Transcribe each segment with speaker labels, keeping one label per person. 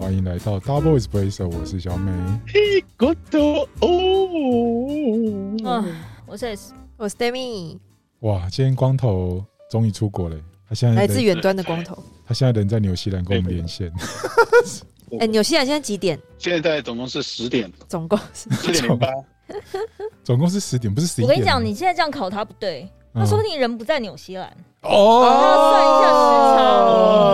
Speaker 1: 欢迎来到 Double Espresso，我是小美。
Speaker 2: 屁股的哦，
Speaker 3: 嗯，我是 S，
Speaker 4: 我是 Demi，
Speaker 1: 哇，今天光头终于出国了，他现在
Speaker 4: 来自
Speaker 1: 人
Speaker 4: 远端的光头。
Speaker 1: 他现在人在纽西兰跟我们连线，
Speaker 4: 哎、纽西兰现在几点？
Speaker 2: 现在总共是十点，
Speaker 4: 总共是
Speaker 2: 十点零八，
Speaker 1: 总共是十点，不是十一
Speaker 3: 我
Speaker 1: 点吗。啊
Speaker 3: 跟你讲，你现在这样考他不对，他
Speaker 1: 嗯
Speaker 3: 说不定人不在纽西兰，
Speaker 4: 哦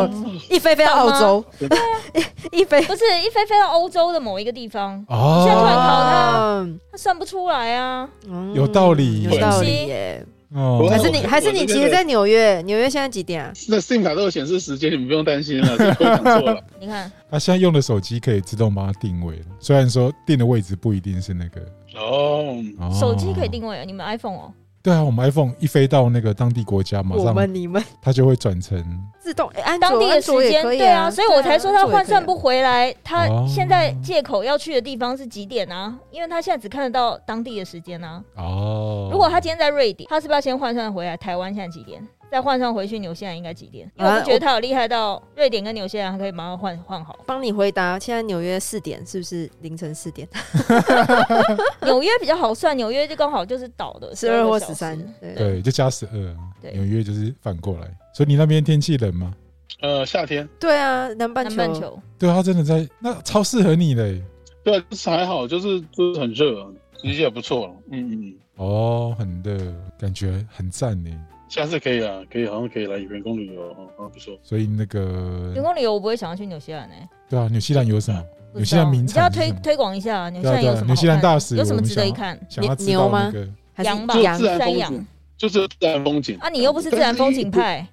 Speaker 3: 哦
Speaker 4: 一飞飞到澳洲， 一 飞
Speaker 3: 不是一飞飞到欧洲的某一个地方，
Speaker 1: 哦，
Speaker 3: 你现在突然考
Speaker 4: 啊，
Speaker 3: 他算不出来啊。
Speaker 4: 嗯
Speaker 1: 有道理
Speaker 4: 有道理耶。
Speaker 1: 哦
Speaker 2: 我
Speaker 4: 还是你，
Speaker 2: 我
Speaker 4: 还是你
Speaker 2: 我
Speaker 4: 其实在纽约？纽约现在几点啊？
Speaker 2: 那 SIM 卡都有显示时间，你们不用担心了，这不会讲错了。
Speaker 3: 你看，
Speaker 1: 他现在用的手机可以自动帮他定位了，虽然说定的位置不一定是那个。
Speaker 2: 哦，
Speaker 1: 哦
Speaker 3: 手机可以定位，你们 iPhone 哦，
Speaker 1: 对啊，我们 iPhone 一飞到那个当地国家，马
Speaker 4: 我
Speaker 1: 上
Speaker 4: 们 你们
Speaker 1: 它就会转成
Speaker 4: 自动哎安卓
Speaker 3: 当地的
Speaker 4: 安
Speaker 3: 时
Speaker 4: 卓也
Speaker 3: 间
Speaker 4: 可以
Speaker 3: 对啊，所以我才说他换算
Speaker 4: 对
Speaker 3: 不回来。他
Speaker 1: 哦
Speaker 3: 现在借口要去的地方是几点啊？因为他现在只看得到当地的时间啊。
Speaker 1: 哦。
Speaker 3: 如果他今天在瑞典，他是不是要先换算回来台湾现在几点？再换算回去纽西兰应该几点？因为呃我
Speaker 4: 啊
Speaker 3: 不觉得他有厉害到瑞典跟纽西兰，他可以马上换换好
Speaker 4: 啊。帮你回答。现在纽约四点是不是凌晨四点？
Speaker 3: 纽约比较好算，纽约就刚好就是倒的
Speaker 4: 十二
Speaker 3: 12
Speaker 4: 或
Speaker 3: 个小
Speaker 4: 十
Speaker 3: 时
Speaker 4: 三。对
Speaker 1: 对，就加十二啊。
Speaker 3: 对
Speaker 1: 纽约就是反过来，所以你那边天气冷吗？
Speaker 2: 呃，夏天
Speaker 4: 对啊，南半
Speaker 3: 南半球，
Speaker 1: 对啊，它真的在那超适合你欸嘞。
Speaker 2: 对啊，就是还好，就是就是很热，其实也不错。嗯嗯，嗯
Speaker 1: 哦，很热，感觉很赞欸呢。
Speaker 2: 下次可以啊，可以，好像可以来员工旅游，啊，不错。
Speaker 1: 所以那
Speaker 3: 员
Speaker 1: 个
Speaker 3: 工旅游我不会想要去纽西兰诶、
Speaker 1: 对啊，纽西兰有什么？
Speaker 3: 不
Speaker 1: 纽
Speaker 3: 知
Speaker 1: 西
Speaker 3: 道
Speaker 1: 兰名
Speaker 3: 你要
Speaker 1: 产是
Speaker 3: 推
Speaker 1: 什么？
Speaker 3: 推广一下，纽西
Speaker 1: 对啊
Speaker 3: 兰
Speaker 1: 对
Speaker 3: 有
Speaker 1: 啊，
Speaker 3: 什么好看？
Speaker 1: 纽西兰大使
Speaker 3: 有什么
Speaker 1: 我们
Speaker 3: 值得一
Speaker 1: 想要？
Speaker 3: 看？
Speaker 1: 想要知
Speaker 4: 牛
Speaker 1: 道
Speaker 4: 吗
Speaker 1: 那个
Speaker 4: 还是
Speaker 3: 羊吧
Speaker 2: 就自然
Speaker 3: 山
Speaker 2: 风
Speaker 3: 羊
Speaker 2: 景，就是自然风景。
Speaker 3: 啊，你又不是自然风景派，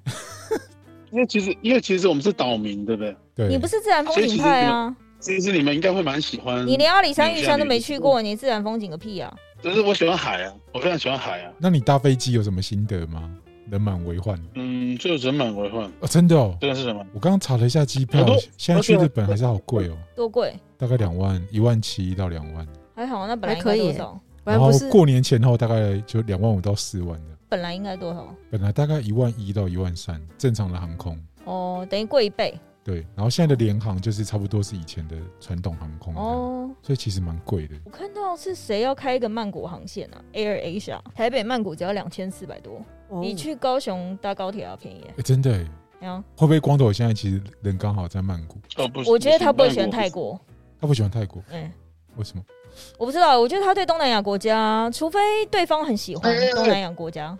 Speaker 2: 因为其实，因为其实我们是岛民，对不对？
Speaker 1: 对，
Speaker 3: 你不是自然风景派啊！
Speaker 2: 其实你们应该会蛮喜欢。
Speaker 3: 你连阿里山玉山都没去过，你自然风景个屁啊！
Speaker 2: 只是我喜欢海啊，我非常喜欢海啊。
Speaker 1: 那你搭飞机有什么心得吗？人满为患
Speaker 2: 嗯，就人满为患，
Speaker 1: 哦，真的哦。
Speaker 2: 真的是人满。
Speaker 1: 我刚刚查了一下机票
Speaker 2: 很多，
Speaker 1: 现在去日本还是好贵哦，
Speaker 3: 多贵？
Speaker 1: 大概两万，一万七到两万。
Speaker 3: 还好，那本来
Speaker 4: 还
Speaker 3: 应
Speaker 4: 可
Speaker 3: 该
Speaker 4: 以
Speaker 3: 多
Speaker 4: 耶
Speaker 3: 少？
Speaker 1: 然
Speaker 4: 反正
Speaker 1: 后
Speaker 4: 不是
Speaker 1: 过年前后大概就两万五到四万的，
Speaker 3: 本来应该多少？
Speaker 1: 本来大概一万一到一万三，正常的航空。
Speaker 3: 哦，等于贵一倍
Speaker 1: 对，然后现在的联航就是差不多是以前的传统航空哦，
Speaker 3: 哦。
Speaker 1: 所以其实蛮贵的。
Speaker 3: 我看到是谁要开一个曼谷航线啊？Air Asia，台北曼谷只要两千四百多，
Speaker 4: 哦
Speaker 3: 比去高雄搭高铁要啊便宜耶。
Speaker 1: 哎，真的耶，
Speaker 3: 哎呀
Speaker 1: 会不会光头现在其实人刚好在曼谷？
Speaker 2: 哦，不是，
Speaker 3: 我觉得他不会喜欢
Speaker 2: 泰
Speaker 3: 泰
Speaker 2: 国。
Speaker 3: 国，
Speaker 1: 他不喜欢泰国，
Speaker 3: 嗯，
Speaker 1: 为什么？
Speaker 3: 我不知道，我觉得他对东南亚国家，除非对方很喜欢
Speaker 2: 哎哎哎
Speaker 3: 东南亚国家，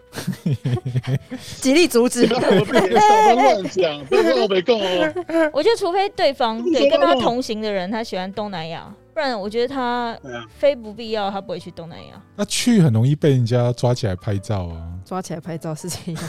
Speaker 4: 极力阻止
Speaker 2: 不。要 我别少乱讲，不要跟我没共 哦。
Speaker 3: 我觉得除非对方
Speaker 2: 你
Speaker 3: 对
Speaker 2: 说
Speaker 3: 跟
Speaker 2: 到那
Speaker 3: 他
Speaker 2: 种
Speaker 3: 同行的人他喜欢东南亚，不然我觉得他
Speaker 2: 对啊
Speaker 3: 非不必要他不会去东南亚。
Speaker 1: 那去很容易被人家抓起来拍照啊。
Speaker 4: 抓起来拍照是这样，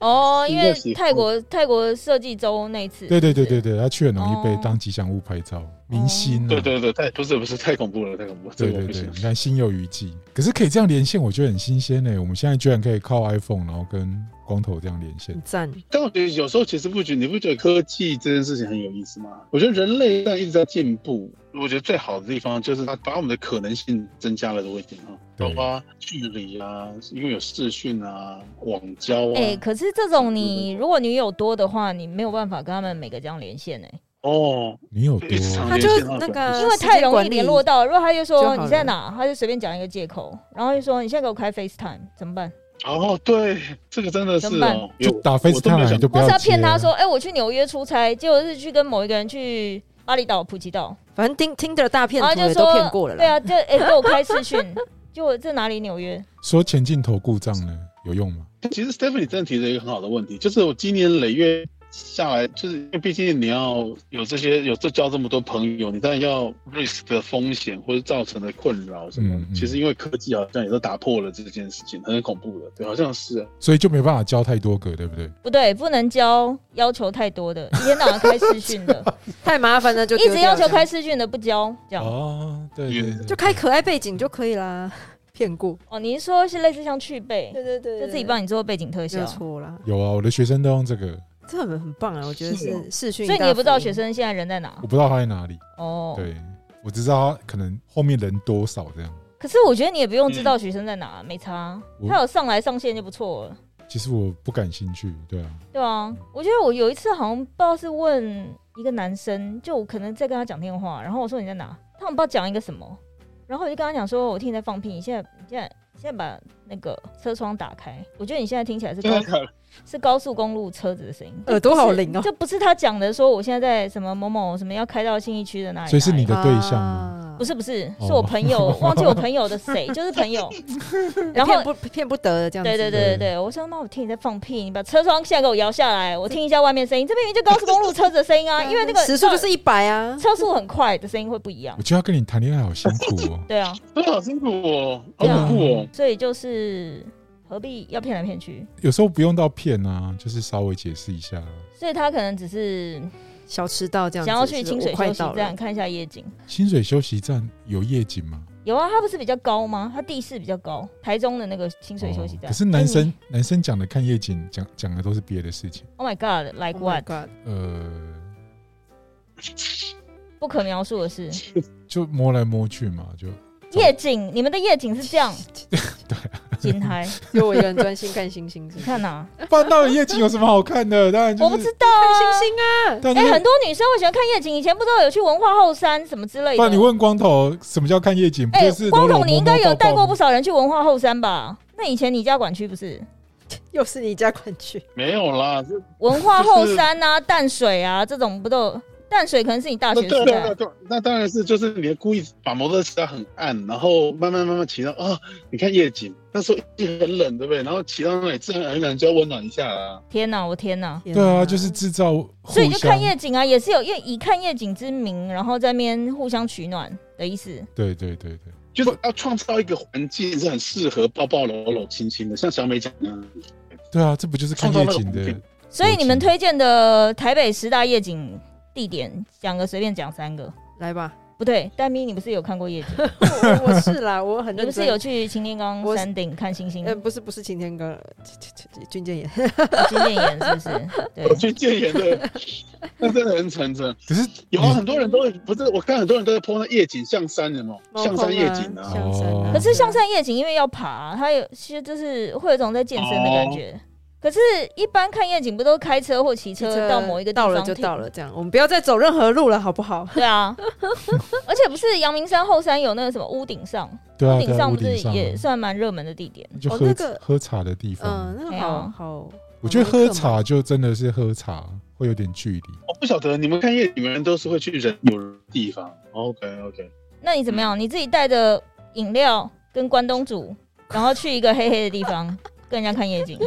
Speaker 3: 哦，因为
Speaker 2: 你就喜欢
Speaker 3: 泰国泰国设计周那一次，
Speaker 1: 对对对对
Speaker 3: 是
Speaker 1: 对，他去很容易被
Speaker 3: 哦
Speaker 1: 当吉祥物拍照，明星啊。
Speaker 2: 对对对，太不是不是太恐怖了，太恐怖了，这
Speaker 1: 对
Speaker 2: 个我
Speaker 1: 对
Speaker 2: 不
Speaker 1: 对，
Speaker 2: 行
Speaker 1: 你。看心有余悸，可是可以这样连线，我觉得很新鲜欸呢、我们现在居然可以靠 iPhone，然后跟光头这样连线
Speaker 4: 很，赞。
Speaker 2: 但我觉得有时候其实不觉，你不觉得科技这件事情很有意思吗？我觉得人类但一直在进步，我觉得最好的地方就是它把我们的可能性增加了多一点啊，
Speaker 1: 对
Speaker 2: 包括距离啊，因为有视讯啊、网交啊。
Speaker 3: 哎、可是这种你如果女友多的话，你没有办法跟他们每个这样连线哎、
Speaker 2: 哦，
Speaker 1: 你有多
Speaker 2: 非常
Speaker 4: 他
Speaker 2: 连
Speaker 4: 就
Speaker 2: 线到
Speaker 4: 那
Speaker 2: 本
Speaker 4: 个
Speaker 3: 因为太容易联络
Speaker 4: 到，
Speaker 3: 到。如果他就
Speaker 4: 就好
Speaker 3: 说
Speaker 4: 了
Speaker 3: 你在哪，他就随便讲一个借口，然后就说你现在给我开 FaceTime 怎么办？
Speaker 2: 哦，对，这个真的是
Speaker 3: 怎么办
Speaker 2: 哦，
Speaker 1: 就
Speaker 2: 有
Speaker 1: 打
Speaker 2: 我都没有
Speaker 1: FaceTime
Speaker 2: 想
Speaker 1: 就不
Speaker 3: 或
Speaker 1: 要
Speaker 3: 是
Speaker 1: 接啊
Speaker 3: 要骗他说，哎、我去纽约出差，结果是去跟某一个人去巴厘岛、普吉岛，
Speaker 4: 反正 Tin- Tinder 大骗
Speaker 3: 然后
Speaker 4: 徒
Speaker 3: 就
Speaker 4: 也
Speaker 3: 说
Speaker 4: 都骗过了啦。
Speaker 3: 对啊，就哎、给我开视讯， 结果这哪里纽约？
Speaker 1: 说前镜头故障呢，有用吗？
Speaker 2: 其实 Stephanie 真的提了一个很好的问题，就是我今年累月下来，就是因为毕竟你要有这些有这交这么多朋友，你当然要 risk 的风险或者造成的困扰什么。
Speaker 1: 嗯嗯
Speaker 2: 其实因为科技好像也都打破了这件事情，很恐怖的，对，好像是啊、
Speaker 1: 所以就没办法交太多个，对不对？
Speaker 3: 不对，不能交要求太多的，一天到晚开视讯的，
Speaker 4: 太麻烦 了，就
Speaker 3: 一
Speaker 4: 丢
Speaker 3: 直
Speaker 4: 掉
Speaker 3: 要求
Speaker 4: 这样
Speaker 3: 开视讯的不交，这样。
Speaker 1: 哦，对
Speaker 2: 对
Speaker 1: 对
Speaker 2: 对
Speaker 1: 对，
Speaker 4: 就开可爱背景就可以啦。骗过，
Speaker 3: 哦，你是说是类似像去背，
Speaker 4: 对对对
Speaker 3: 就自己帮你做背景特效
Speaker 4: 就，错啦，
Speaker 1: 有啊，我的学生都用这个，
Speaker 3: 哦
Speaker 4: 这很很棒啊！我觉得
Speaker 2: 是哦
Speaker 4: 是视讯，
Speaker 3: 所以你也不知道学。生现在人在哪
Speaker 1: 我不知道他在哪里。
Speaker 3: 哦。
Speaker 1: 对，我只知道他可能后面人多少这样。
Speaker 3: 可是我觉得你也不用知道学生在哪，没差
Speaker 1: 嗯
Speaker 3: 啊
Speaker 1: 我，
Speaker 3: 他有上来上线就不错了。
Speaker 1: 其实我不感兴趣，对啊，
Speaker 3: 哦对啊，我觉得我有一次好像不知道是问一个男生，就我可能在跟他讲电话，然后我说你在哪，他们不知道讲一个什么，然后我就跟他讲说，我听你在放屁，你现在你现在你现在把那个车窗打开，我觉得你现在听起来是
Speaker 2: 真 的
Speaker 3: 高
Speaker 1: 嗯
Speaker 2: 假的？
Speaker 3: 是高速公路车子的声音，
Speaker 4: 耳朵好灵哦
Speaker 3: 这不是他讲的，说我现在在什么某某什么要开到信义区的哪里，
Speaker 1: 所以是你
Speaker 3: 哪里
Speaker 1: 的对象吗？
Speaker 4: 啊
Speaker 3: 不是不是，
Speaker 1: 哦
Speaker 3: 是我朋友，忘记我朋友的谁，就是 朋友。然后
Speaker 4: 骗不骗不得的这样子。
Speaker 3: 对对对对对，我说妈，我听你在放屁，你把车窗现在给我摇下来，我听一下外面声音。这明明就高速公路车子的声 音啊，因为那个
Speaker 4: 时速就是一百啊，
Speaker 3: 车速很快的声音会不一样。
Speaker 1: 我。觉得要跟你谈恋爱好辛苦哦
Speaker 3: 对啊，
Speaker 2: 真的好辛苦哦，好
Speaker 3: 对啊
Speaker 2: 恐怖哦。
Speaker 3: 所以就是何必要骗来骗去？
Speaker 1: 有时候不用到骗啊，就是稍微解释一下。啊
Speaker 3: 所以他可能只是
Speaker 4: 小迟到这样
Speaker 3: 想
Speaker 4: 子。
Speaker 3: 要去
Speaker 4: 就是
Speaker 3: 清
Speaker 4: 我
Speaker 3: 水
Speaker 4: 快
Speaker 3: 休息
Speaker 4: 到了，Oh
Speaker 3: 站看一下夜景。
Speaker 1: 清水休息站有夜景吗？
Speaker 3: 有啊，他不是比较高吗？他地势比较高，台中的那个清水休息
Speaker 1: 哦
Speaker 3: 站。
Speaker 1: 可是男生男生讲的看夜景，讲讲的都是别的事情。
Speaker 3: ，Oh my God，like
Speaker 4: Oh my
Speaker 3: what？
Speaker 4: God
Speaker 1: 呃，
Speaker 3: 不可描述的事。
Speaker 1: 就摸来摸去嘛，就
Speaker 3: 夜景，你们的夜景是这 样，金嗨，
Speaker 4: 就我一个人专心看星星，
Speaker 3: 你看呐、
Speaker 1: 半道的夜景有什么好看的？当然就是
Speaker 3: 我不知道 啊。
Speaker 4: 星啊，
Speaker 1: 但
Speaker 3: 哎、
Speaker 1: 是
Speaker 3: 很多女生会喜欢看夜景，以前不知道有去文化后山什么之类
Speaker 1: 不然你
Speaker 3: 的。
Speaker 1: 问光头什么叫看夜景？不
Speaker 3: 哎、
Speaker 1: 就是
Speaker 3: 光
Speaker 1: 搂搂
Speaker 3: 头，你
Speaker 1: 摸
Speaker 3: 应该
Speaker 1: 摸抱
Speaker 3: 有带
Speaker 1: 抱
Speaker 3: 过
Speaker 1: 吗
Speaker 3: 不少人去文化后山吧？那以前你家管区不是
Speaker 4: 又是你家管区，
Speaker 2: 没有啦，这
Speaker 3: 文化后山啊、淡水啊这种不都有？淡水可能是你大
Speaker 2: 那
Speaker 3: 学
Speaker 2: 对
Speaker 1: 啊
Speaker 2: 啊
Speaker 3: 时
Speaker 2: 对对
Speaker 3: 代，
Speaker 2: 对，那当然是就是你故意把摩托车骑到很暗，然后慢慢慢慢骑到啊、你看夜景，那时候一定很冷，对不对？然后骑到那里，自然而然就要温暖一下啦。
Speaker 3: 天哪，我天哪！
Speaker 4: 对
Speaker 1: 对啊，就是制造互相。
Speaker 3: 所以就看夜景啊，也是有夜以看夜景之名，然后在那边互相取暖的意思。
Speaker 1: 对对对对，
Speaker 2: 就是要创造一个环境是很适合抱抱、搂搂、亲亲的，像小美讲 的，
Speaker 1: 对啊，这不就是看夜景
Speaker 2: 创造那个
Speaker 1: 的
Speaker 2: 环？
Speaker 3: 所以你们
Speaker 1: 我知
Speaker 3: 推荐的台北十大夜景地点，讲个随便讲三个，
Speaker 4: 来吧，
Speaker 3: 不对，戴咪你不是有看 过夜景？
Speaker 4: 我我是啦，我很
Speaker 3: 你
Speaker 4: 认
Speaker 3: 不
Speaker 4: 真
Speaker 3: 是有。去擎天岗
Speaker 4: 我是
Speaker 3: 山顶看星星？
Speaker 4: 呃，不是不是擎天哥，军舰也
Speaker 3: 金建言是不是？ 对
Speaker 2: 我，去戒严 的，那真的很沉重。
Speaker 1: 可是
Speaker 2: 有啊，很多人都不是，我看很多人都在碰那夜景，象山什么，
Speaker 4: 猫
Speaker 2: 象
Speaker 4: 空
Speaker 2: 山夜景啊。
Speaker 4: 象山啊
Speaker 1: 哦
Speaker 3: 可是像山夜景，因为要爬、它有其实就是会有一种在健身的感
Speaker 1: 哦
Speaker 3: 觉。可是，一般看夜景不都开车或骑车到某一个地
Speaker 4: 到
Speaker 3: 方
Speaker 4: 了就
Speaker 3: 停
Speaker 4: 到了，这样我们不要再走任何路了，好 不好？
Speaker 3: 对啊，而且不是阳明山后山有那个什么屋顶上，
Speaker 1: 对啊，
Speaker 3: 屋
Speaker 1: 对
Speaker 3: 顶
Speaker 1: 啊，
Speaker 3: 上
Speaker 1: 屋
Speaker 3: 不是
Speaker 1: 顶上
Speaker 3: 也算蛮热门的地点。
Speaker 1: 就
Speaker 4: 哦
Speaker 1: 喝
Speaker 4: 那个
Speaker 1: 喝茶的地方
Speaker 4: 嗯，。那
Speaker 3: 没
Speaker 4: 个
Speaker 3: 有
Speaker 4: 好好，
Speaker 1: 我觉得喝
Speaker 4: 好
Speaker 1: 茶就真的是喝茶会有点距离。
Speaker 2: 我不晓得你们看夜景，你们都是会去人有人的地方。OK OK，
Speaker 3: 那你怎么样？
Speaker 4: 嗯
Speaker 3: 你自己带着饮料跟关东煮，然后去一个黑黑的地 方跟人家看夜景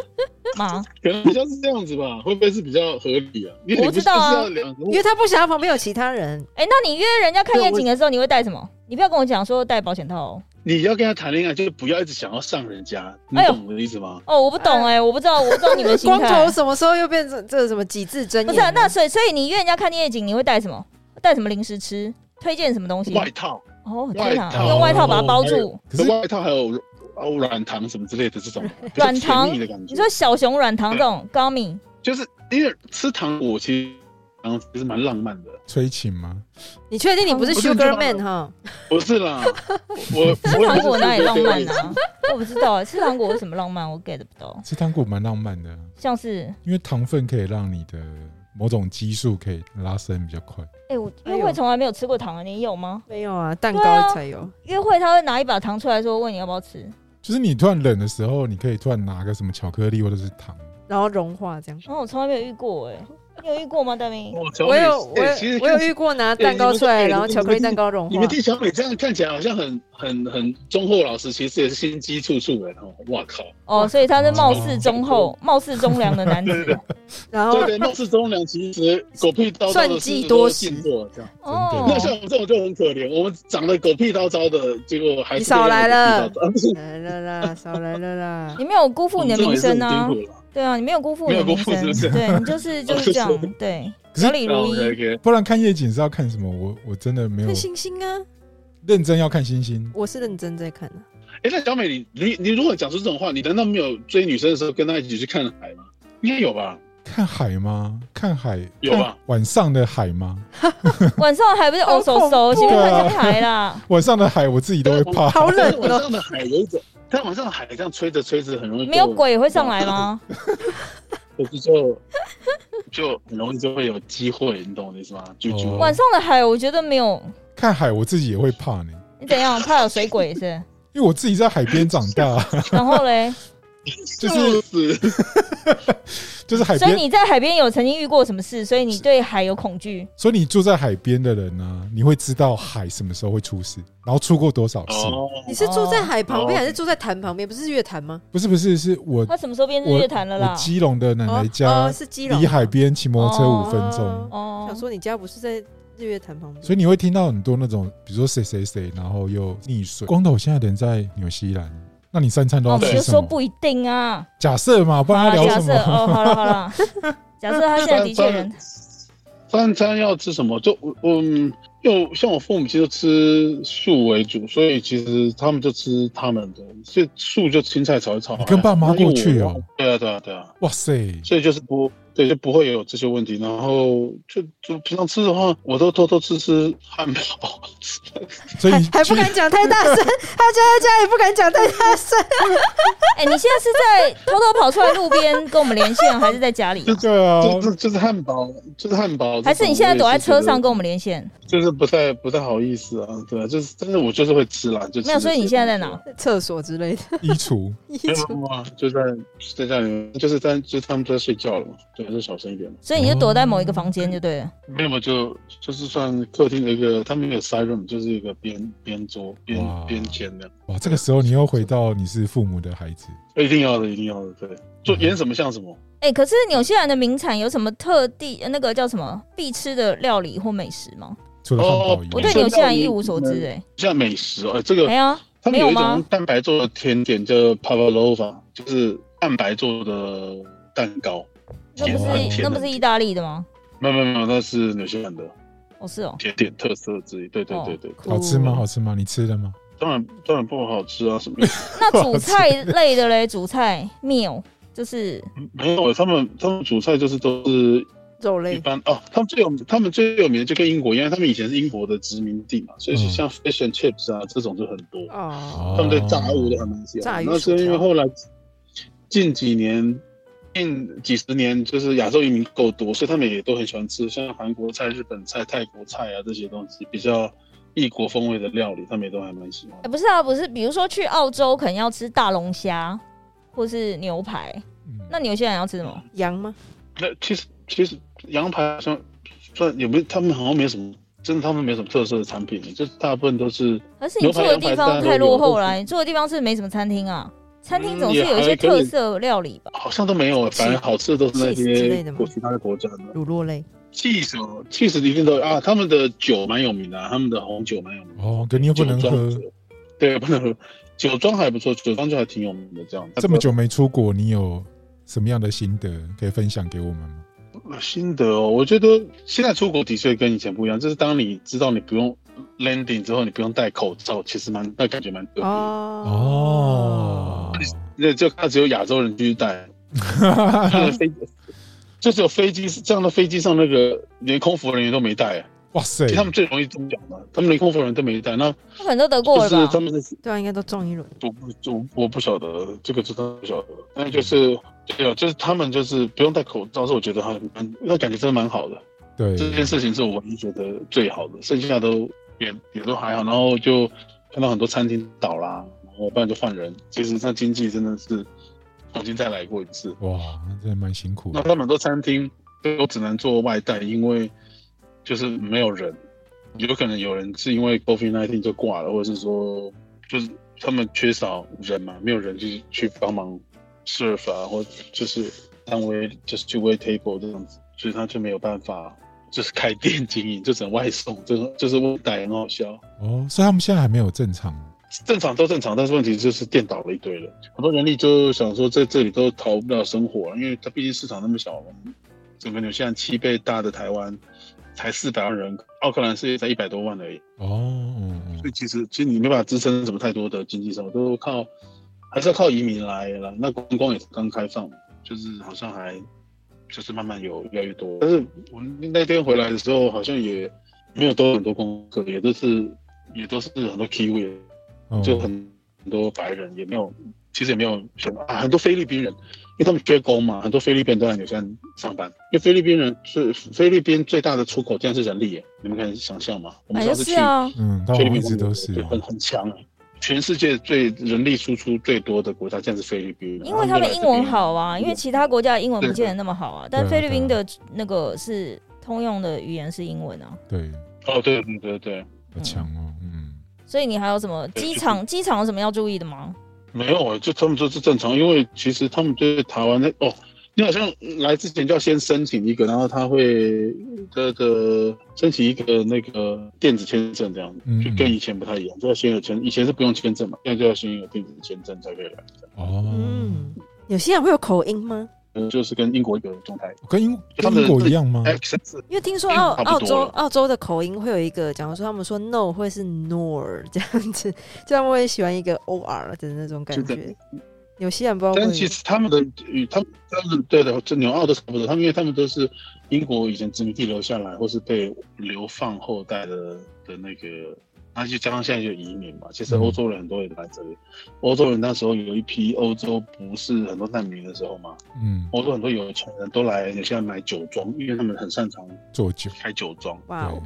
Speaker 3: 吗？
Speaker 2: 可能比较是这样子吧，会不会是比较合理啊？因为你
Speaker 3: 我
Speaker 2: 不
Speaker 3: 知
Speaker 2: 是
Speaker 3: 道啊
Speaker 2: 不是要两个
Speaker 4: 美，因为他不想要旁边有其他人，
Speaker 3: 哎、那你约人家看夜景的时候，你会带什么？你不要跟我讲说带保险套哦。
Speaker 2: 你要跟他谈恋爱，就是不要一直想要上人家，你
Speaker 3: 哎呦
Speaker 2: 懂我的意思吗？
Speaker 3: 哦，我不懂哎、我不知道，我不知道你们的心
Speaker 4: 光
Speaker 3: 态。
Speaker 4: 头什么时候又变成这什么几字真言
Speaker 3: 不
Speaker 4: 了？
Speaker 3: 是啊、那所以所以你约人家看夜景，你会带什么？带什么零食吃？推荐什么东西？
Speaker 2: 外套，
Speaker 3: 哦，天哪
Speaker 2: 外，套啊
Speaker 3: 用外套把它包住。
Speaker 1: 可是
Speaker 2: 外套还有哦软糖什么之类的这种比较
Speaker 3: 软糖
Speaker 2: 甜蜜的感觉。
Speaker 3: 你说小熊软糖这种高米，
Speaker 2: 就是因为吃糖果其实。嗯，其实蛮浪漫的，
Speaker 1: 催情吗？
Speaker 4: 你确定你不是
Speaker 2: 不是
Speaker 4: Sugar
Speaker 2: 你知
Speaker 4: Man 哈？
Speaker 2: 不是啦，我我
Speaker 3: 吃糖果哪里浪漫
Speaker 2: 呢？
Speaker 3: 啊？ 我不知道啊，吃糖果有什么浪漫？我 get 不到。
Speaker 1: 吃糖果蛮浪漫的啊，
Speaker 3: 像是，
Speaker 1: 因为糖分可以让你的某种激素可以拉伸比较快。
Speaker 3: 哎、我约会从来没有吃过糖啊，你有吗？
Speaker 4: 没有啊，蛋
Speaker 3: 对啊
Speaker 4: 糕才有。
Speaker 3: 约会他会拿一把糖出来说问你要不要吃，
Speaker 1: 就是你突然冷的时候，你可以突然拿个什么巧克力或者是糖。
Speaker 4: 然后融化这样。
Speaker 3: 然后哦我从来没有遇过哎、你有遇过吗，大明？
Speaker 2: 我瞧
Speaker 4: 我
Speaker 2: 你
Speaker 4: 有我
Speaker 2: 哎其实
Speaker 4: 有我有
Speaker 2: 看起
Speaker 4: 遇过拿蛋糕出来，
Speaker 2: 哎你们
Speaker 4: 然后巧克力蛋糕融
Speaker 2: 你
Speaker 4: 化
Speaker 2: 们。替小美这样看起来好像很很很忠厚老实，其实也是心机处处人哦。哇靠，
Speaker 3: 哦，所以他是貌似忠厚、貌似忠良的 男子。
Speaker 4: 然后
Speaker 2: 对对，貌似忠良，其实狗屁叨叨
Speaker 4: 哦算
Speaker 2: 的
Speaker 4: 计
Speaker 2: 事
Speaker 4: 多
Speaker 2: 多
Speaker 4: 时
Speaker 2: 尽做这样。
Speaker 3: 哦
Speaker 1: 真的
Speaker 2: 那像我们这种就很可怜，我们长得狗屁叨叨的，结果还是
Speaker 4: 你少来了
Speaker 2: 被人家狗屁叨叨啊 不是，
Speaker 4: 来了啦，少来了啦。
Speaker 3: 你没有辜负你的名声啊
Speaker 2: 我们这种也是很辛，苦了
Speaker 3: 对啊，你没有辜负你的名声，
Speaker 2: 没有辜负是不
Speaker 3: 对你就是就是这
Speaker 2: 我就
Speaker 3: 样，对，表里如一。
Speaker 2: 啊 OK，OK
Speaker 1: 不然看夜景是要看什么？我我真的没有
Speaker 4: 看星星啊，
Speaker 1: 认真要看星星。
Speaker 4: 我是认真在看啊
Speaker 2: 哎，
Speaker 4: 的。
Speaker 2: 那小美，你你你如果讲出这种话，你难道没有追女生的时候跟她一起去看海吗？应该有吧？
Speaker 1: 看海吗？看海
Speaker 2: 有啊
Speaker 1: 看
Speaker 2: 吧
Speaker 1: 晚上的海吗？
Speaker 3: 晚上还不是哦手手，
Speaker 4: 好恐怖啊
Speaker 3: 前面看下台啦。
Speaker 1: 晚上的海我自己都会怕。
Speaker 4: 好冷
Speaker 2: 但是晚
Speaker 4: 哦，
Speaker 2: 上的海有一种，但晚上的海这样吹着吹着很容易
Speaker 3: 没有
Speaker 2: 被我
Speaker 3: 鬼也会上来吗？
Speaker 2: 就是就就很容易就会有机会，你懂我的意思吗？就就
Speaker 1: 哦
Speaker 3: 晚上的海，我觉得没有。
Speaker 1: 看海我自己也会怕呢，
Speaker 3: 你怎样？怕有水鬼是？
Speaker 1: 因为我自己在海边长大，
Speaker 3: 然后嘞，
Speaker 1: 就是
Speaker 2: 是
Speaker 1: 就是海
Speaker 3: 所以
Speaker 1: 边，
Speaker 3: 你在海边有曾经遇过什么事？所以你对海有恐惧？
Speaker 1: 所以你住在海边的人呢、啊你会知道海什么时候会出事，然后出过多少事。
Speaker 2: 哦，
Speaker 4: 你是住在海旁
Speaker 2: 哦
Speaker 4: 边还是住在潭旁边？不是月潭吗？
Speaker 1: 不是不是，是我
Speaker 3: 他什么时候变成
Speaker 1: 我
Speaker 3: 乐坛了
Speaker 1: 我
Speaker 3: 啦？
Speaker 1: 基隆的奶奶
Speaker 4: 哦
Speaker 1: 家
Speaker 4: 哦是基隆
Speaker 1: 离海边骑摩托车
Speaker 4: 哦
Speaker 1: 五分钟，
Speaker 3: 哦
Speaker 4: 想，说你家不是在日月潭旁边？
Speaker 1: 所以你会听到很多那种，比如说谁谁谁，然后又溺水。光头现在人在纽西兰，那你三餐都
Speaker 3: 那
Speaker 1: 要
Speaker 3: 哦
Speaker 4: 哦
Speaker 3: 我们
Speaker 1: 吃
Speaker 3: 就
Speaker 1: 什
Speaker 3: 说
Speaker 1: 么？
Speaker 3: 不一定啊。
Speaker 1: 假设嘛，不然
Speaker 3: 好
Speaker 1: 他
Speaker 3: 啦
Speaker 1: 聊
Speaker 3: 假
Speaker 1: 什
Speaker 3: 设
Speaker 1: 么？
Speaker 3: 哦，好了好了，假设他现在的确人
Speaker 2: 三餐要吃什么？就我嗯，又像我父母其实吃素为主，所以其实他们就吃他们的，所以素就青菜炒一炒。
Speaker 1: 你跟爸妈过去哦
Speaker 2: 那因为我？对啊，对啊，对啊，
Speaker 1: 哇塞，
Speaker 2: 所以就是不对，就不会有这些问题。然后就就平常吃的话，我都偷偷吃吃汉堡，
Speaker 1: 所以
Speaker 4: 还
Speaker 1: 你
Speaker 4: 还不
Speaker 1: 去
Speaker 4: 敢讲太 大声，他家在家里不敢讲太大声。
Speaker 3: 哎、你现在是在偷偷跑出来路边跟我们连线，还是在家里啊、
Speaker 1: 对啊，
Speaker 2: 就就就是汉堡，就是汉堡。
Speaker 3: 还是你现在躲在车上跟我们连线？
Speaker 2: 就是不太不太好意思啊，对啊，就是但是我就是会吃啦，就吃
Speaker 3: 没有，所以你现在在
Speaker 2: 这些东西
Speaker 3: 哪？
Speaker 4: 厕所之类的，
Speaker 1: 衣橱。
Speaker 4: 衣
Speaker 2: 没
Speaker 4: 橱
Speaker 2: 有没有啊，就在在家里面，就是在就是他们都在睡觉了嘛，对，就小声一点嘛。
Speaker 3: 所以你就躲在某一个房间就对了。
Speaker 2: 没有嘛，就就是算客厅的一个，他们有 side room，就是一个边边桌边
Speaker 1: 哇
Speaker 2: 边间的，
Speaker 1: 哇，这个时候你又回到你是父母的孩子，
Speaker 2: 一定要的，一定要的，对，就演什么像什么。
Speaker 3: 哎、可是纽西兰的名产有什么特地呃那个叫什么必吃的料理或美食吗？
Speaker 1: 除了汉堡以
Speaker 3: 我
Speaker 1: 外，
Speaker 3: 哦对纽西兰一无所知哎、
Speaker 2: 像美食哦，哎这
Speaker 3: 欸。没
Speaker 2: 个
Speaker 3: 有，
Speaker 2: 他们有一
Speaker 3: 没有吗
Speaker 2: 种蛋白做的甜点叫 pavlova，就是蛋白做的蛋糕，
Speaker 3: 那不
Speaker 2: 甜很
Speaker 3: 是
Speaker 2: 甜
Speaker 3: 那
Speaker 2: 的
Speaker 3: 不是意大利的吗？
Speaker 2: 没有没有没有，那是纽西兰的
Speaker 3: 哦，是哦。
Speaker 2: 甜点特色之一。对对对对，对
Speaker 1: 好吃吗？好吃吗？你吃了吗？
Speaker 2: 当然当然不好吃啊，什么
Speaker 3: 那主菜类的嘞，主菜 meal 就是
Speaker 2: 没有，他们他们主菜就是都是
Speaker 4: 肉
Speaker 2: 一
Speaker 4: 类，
Speaker 2: 般哦。他们最有他们最有名的就跟英国一样，他们以前是英国的殖民地嘛，所以
Speaker 1: 嗯
Speaker 2: 像 fish and chips 啊这种就很多。
Speaker 4: 哦，
Speaker 2: 他们对炸物都很难吃
Speaker 4: 炸
Speaker 2: 啊。
Speaker 4: 鱼
Speaker 2: 那是因
Speaker 4: 薯
Speaker 2: 为
Speaker 4: 条
Speaker 2: 后来近几年近几十年，就是亚洲移民够多，所以他们也都很喜欢吃像韩国菜、日本菜、泰国菜啊这些东西，比较异国风味的料理，他们也都还蛮喜欢
Speaker 3: 哎、。不是啊，不是，比如说去澳洲可能要吃大龙虾或是牛排，
Speaker 1: 嗯
Speaker 3: 那纽西兰要吃什么？
Speaker 4: 羊吗？
Speaker 2: 那其实其实羊排好像算也没，他们好像没什么，真的他们没什么特色的产品，就是大部分都是
Speaker 3: 可是你住的地方太落后了，
Speaker 2: 牛排
Speaker 3: 你住的地方是没什么餐厅啊，餐厅
Speaker 2: 嗯
Speaker 3: 总是有一
Speaker 2: 也还
Speaker 3: 些
Speaker 2: 可以
Speaker 3: 特色料理吧？
Speaker 2: 好像都没有，反正好吃的都是那
Speaker 4: cheese 之类的
Speaker 2: 些
Speaker 4: 吗
Speaker 2: 国其他的国家的。
Speaker 4: 乳酪类，
Speaker 2: cheese 哦，cheese 一定都有啊，他们的酒蛮有名的啊、他们的红酒蛮有名的。
Speaker 1: 哦，可你又不能
Speaker 2: 酒庄
Speaker 1: 喝，
Speaker 2: 对，不能喝。酒庄还不错，酒庄就还挺有名的。这样
Speaker 1: 这么久没出国，你有什么样的心得可以分享给我们吗？
Speaker 2: 心得哦，我觉得现在出国的确跟以前不一样，就是当你知道你不用 landing 之后，你不用戴口罩，其实蛮那感觉蛮特别的。
Speaker 3: 哦
Speaker 1: 哦，
Speaker 2: 那就他只有亚洲人 去带，那个飞机就只有飞机这样的飞机上那个连空服人员都没带，
Speaker 1: 哇塞
Speaker 2: 其实，他们最容易中奖的，他们连空服人员都没带，那
Speaker 3: 他可能都得过
Speaker 2: 就
Speaker 3: 了
Speaker 2: 是
Speaker 3: 吧
Speaker 2: 他？们是
Speaker 4: 对啊，应该都中一轮。
Speaker 1: 哦
Speaker 2: 我不我我不晓得这个真的不晓得，但就是对啊，就是他们就是不用戴口罩，是我觉得还蛮那感觉真的蛮好的，
Speaker 1: 对，
Speaker 2: 这件事情是我唯一觉得最好的，剩下都也也都还好，然后就看到很多餐厅倒啦，然后不然就换人，其实那经济真的是重新再来过一次。
Speaker 1: 哇，那真的蛮辛苦
Speaker 2: 那
Speaker 1: 的。
Speaker 2: 他们很多餐厅都只能做外带，因为就是没有人，有可能有人是因为 COVID 1 9就挂了，或者是说就是他们缺少人嘛，没有人去去帮忙 serve 啊，或就是单位就是去 wait table 这样子，所以他就没有办法就是开店经营，就只能外送，这个就是外带很好笑。
Speaker 1: 哦，所以他们现在还没有正常。
Speaker 2: 正常都正常，但是问题就是电倒了一堆了，很多人力就想说在这里都逃不了生活，因为它毕竟市场那么小嘛，整个纽西兰七倍大的台湾才四百万人口，奥克兰是才一百多万而已，
Speaker 1: 哦，嗯
Speaker 2: 所
Speaker 1: 嗯
Speaker 2: 以其实其实你没办法支撑什么太多的经济生活，都靠还是要靠移民来了。那观光也是刚开放，就是好像还就是慢慢有越来越多，但是我那天回来的时候好像也没有多很多功课，也都是也都是很多 Kiwi
Speaker 1: 嗯，
Speaker 2: 就很很多白人，也没有，其实也没有什么啊，很多菲律宾人，因为他们缺工嘛，很多菲律宾人都在纽西兰上班，因为菲律宾人是菲律宾最大的出口竟然是人力耶，你们可以想象吗？我们
Speaker 3: 哎
Speaker 2: 上
Speaker 3: 呀
Speaker 2: 次去
Speaker 3: 是啊，
Speaker 1: 嗯，到
Speaker 2: 菲律宾
Speaker 1: 一直都是
Speaker 2: 对
Speaker 1: 啊
Speaker 2: 很很强耶全世界最人力输出最多的国家，竟然是菲律宾了，
Speaker 3: 因为
Speaker 2: 然后
Speaker 3: 他
Speaker 2: 就来
Speaker 3: 们英
Speaker 2: 这边
Speaker 3: 文好啊，因为其他国家的英文
Speaker 2: 对
Speaker 3: 不见得那么好啊，但菲律宾的那个是通用的语言是英文啊，
Speaker 1: 对，
Speaker 2: 哦，对对对对，
Speaker 1: 好强哦，嗯，
Speaker 3: 所以你还有什么
Speaker 2: 对
Speaker 3: 机
Speaker 2: 就是
Speaker 3: 场机场有什么要注意的吗？
Speaker 2: 没有啊，就他们说是正常，因为其实他们对台湾那哦，你好像来之前就要先申请一个，然后他会那个申请一个那个电子签证这样，
Speaker 1: 嗯
Speaker 2: 就跟以前不太一样，就要先有签，以前是不用签证嘛，现在就要先有电子签证才可以来。
Speaker 1: 嗯哦，
Speaker 4: 嗯，有些人会有口音吗？
Speaker 2: 嗯，就是跟英国一个状态
Speaker 1: 跟英
Speaker 2: 他哎
Speaker 1: 跟
Speaker 2: 们
Speaker 1: 英国
Speaker 2: 自己
Speaker 1: 一样吗？
Speaker 2: ，accent
Speaker 4: 因为听说澳
Speaker 2: 嗯差不
Speaker 4: 澳
Speaker 2: 多了
Speaker 4: 洲澳洲的口音会有一个，假如说他们说 no 会是 nor 这样子， 就他们会喜欢一个 or 的那种感
Speaker 2: 是
Speaker 4: 觉。有些人不知道会
Speaker 2: 但
Speaker 4: 有，
Speaker 2: 其实他们的与他们他们对的，这纽澳都差不多。他们因为他们都是英国以前殖民地留下来，或是被流放后代的的那个，那就加上现在就移民嘛。其实
Speaker 1: 嗯
Speaker 2: 欧洲人很多也来这里，欧洲人那时候有一批欧洲不是很多难民的时候嘛，
Speaker 1: 嗯，
Speaker 2: 欧洲很多有钱人都来纽西兰买酒庄，因为他们很擅长
Speaker 1: 做酒，
Speaker 2: 开酒庄。
Speaker 4: 哇
Speaker 1: 对
Speaker 4: 哦，，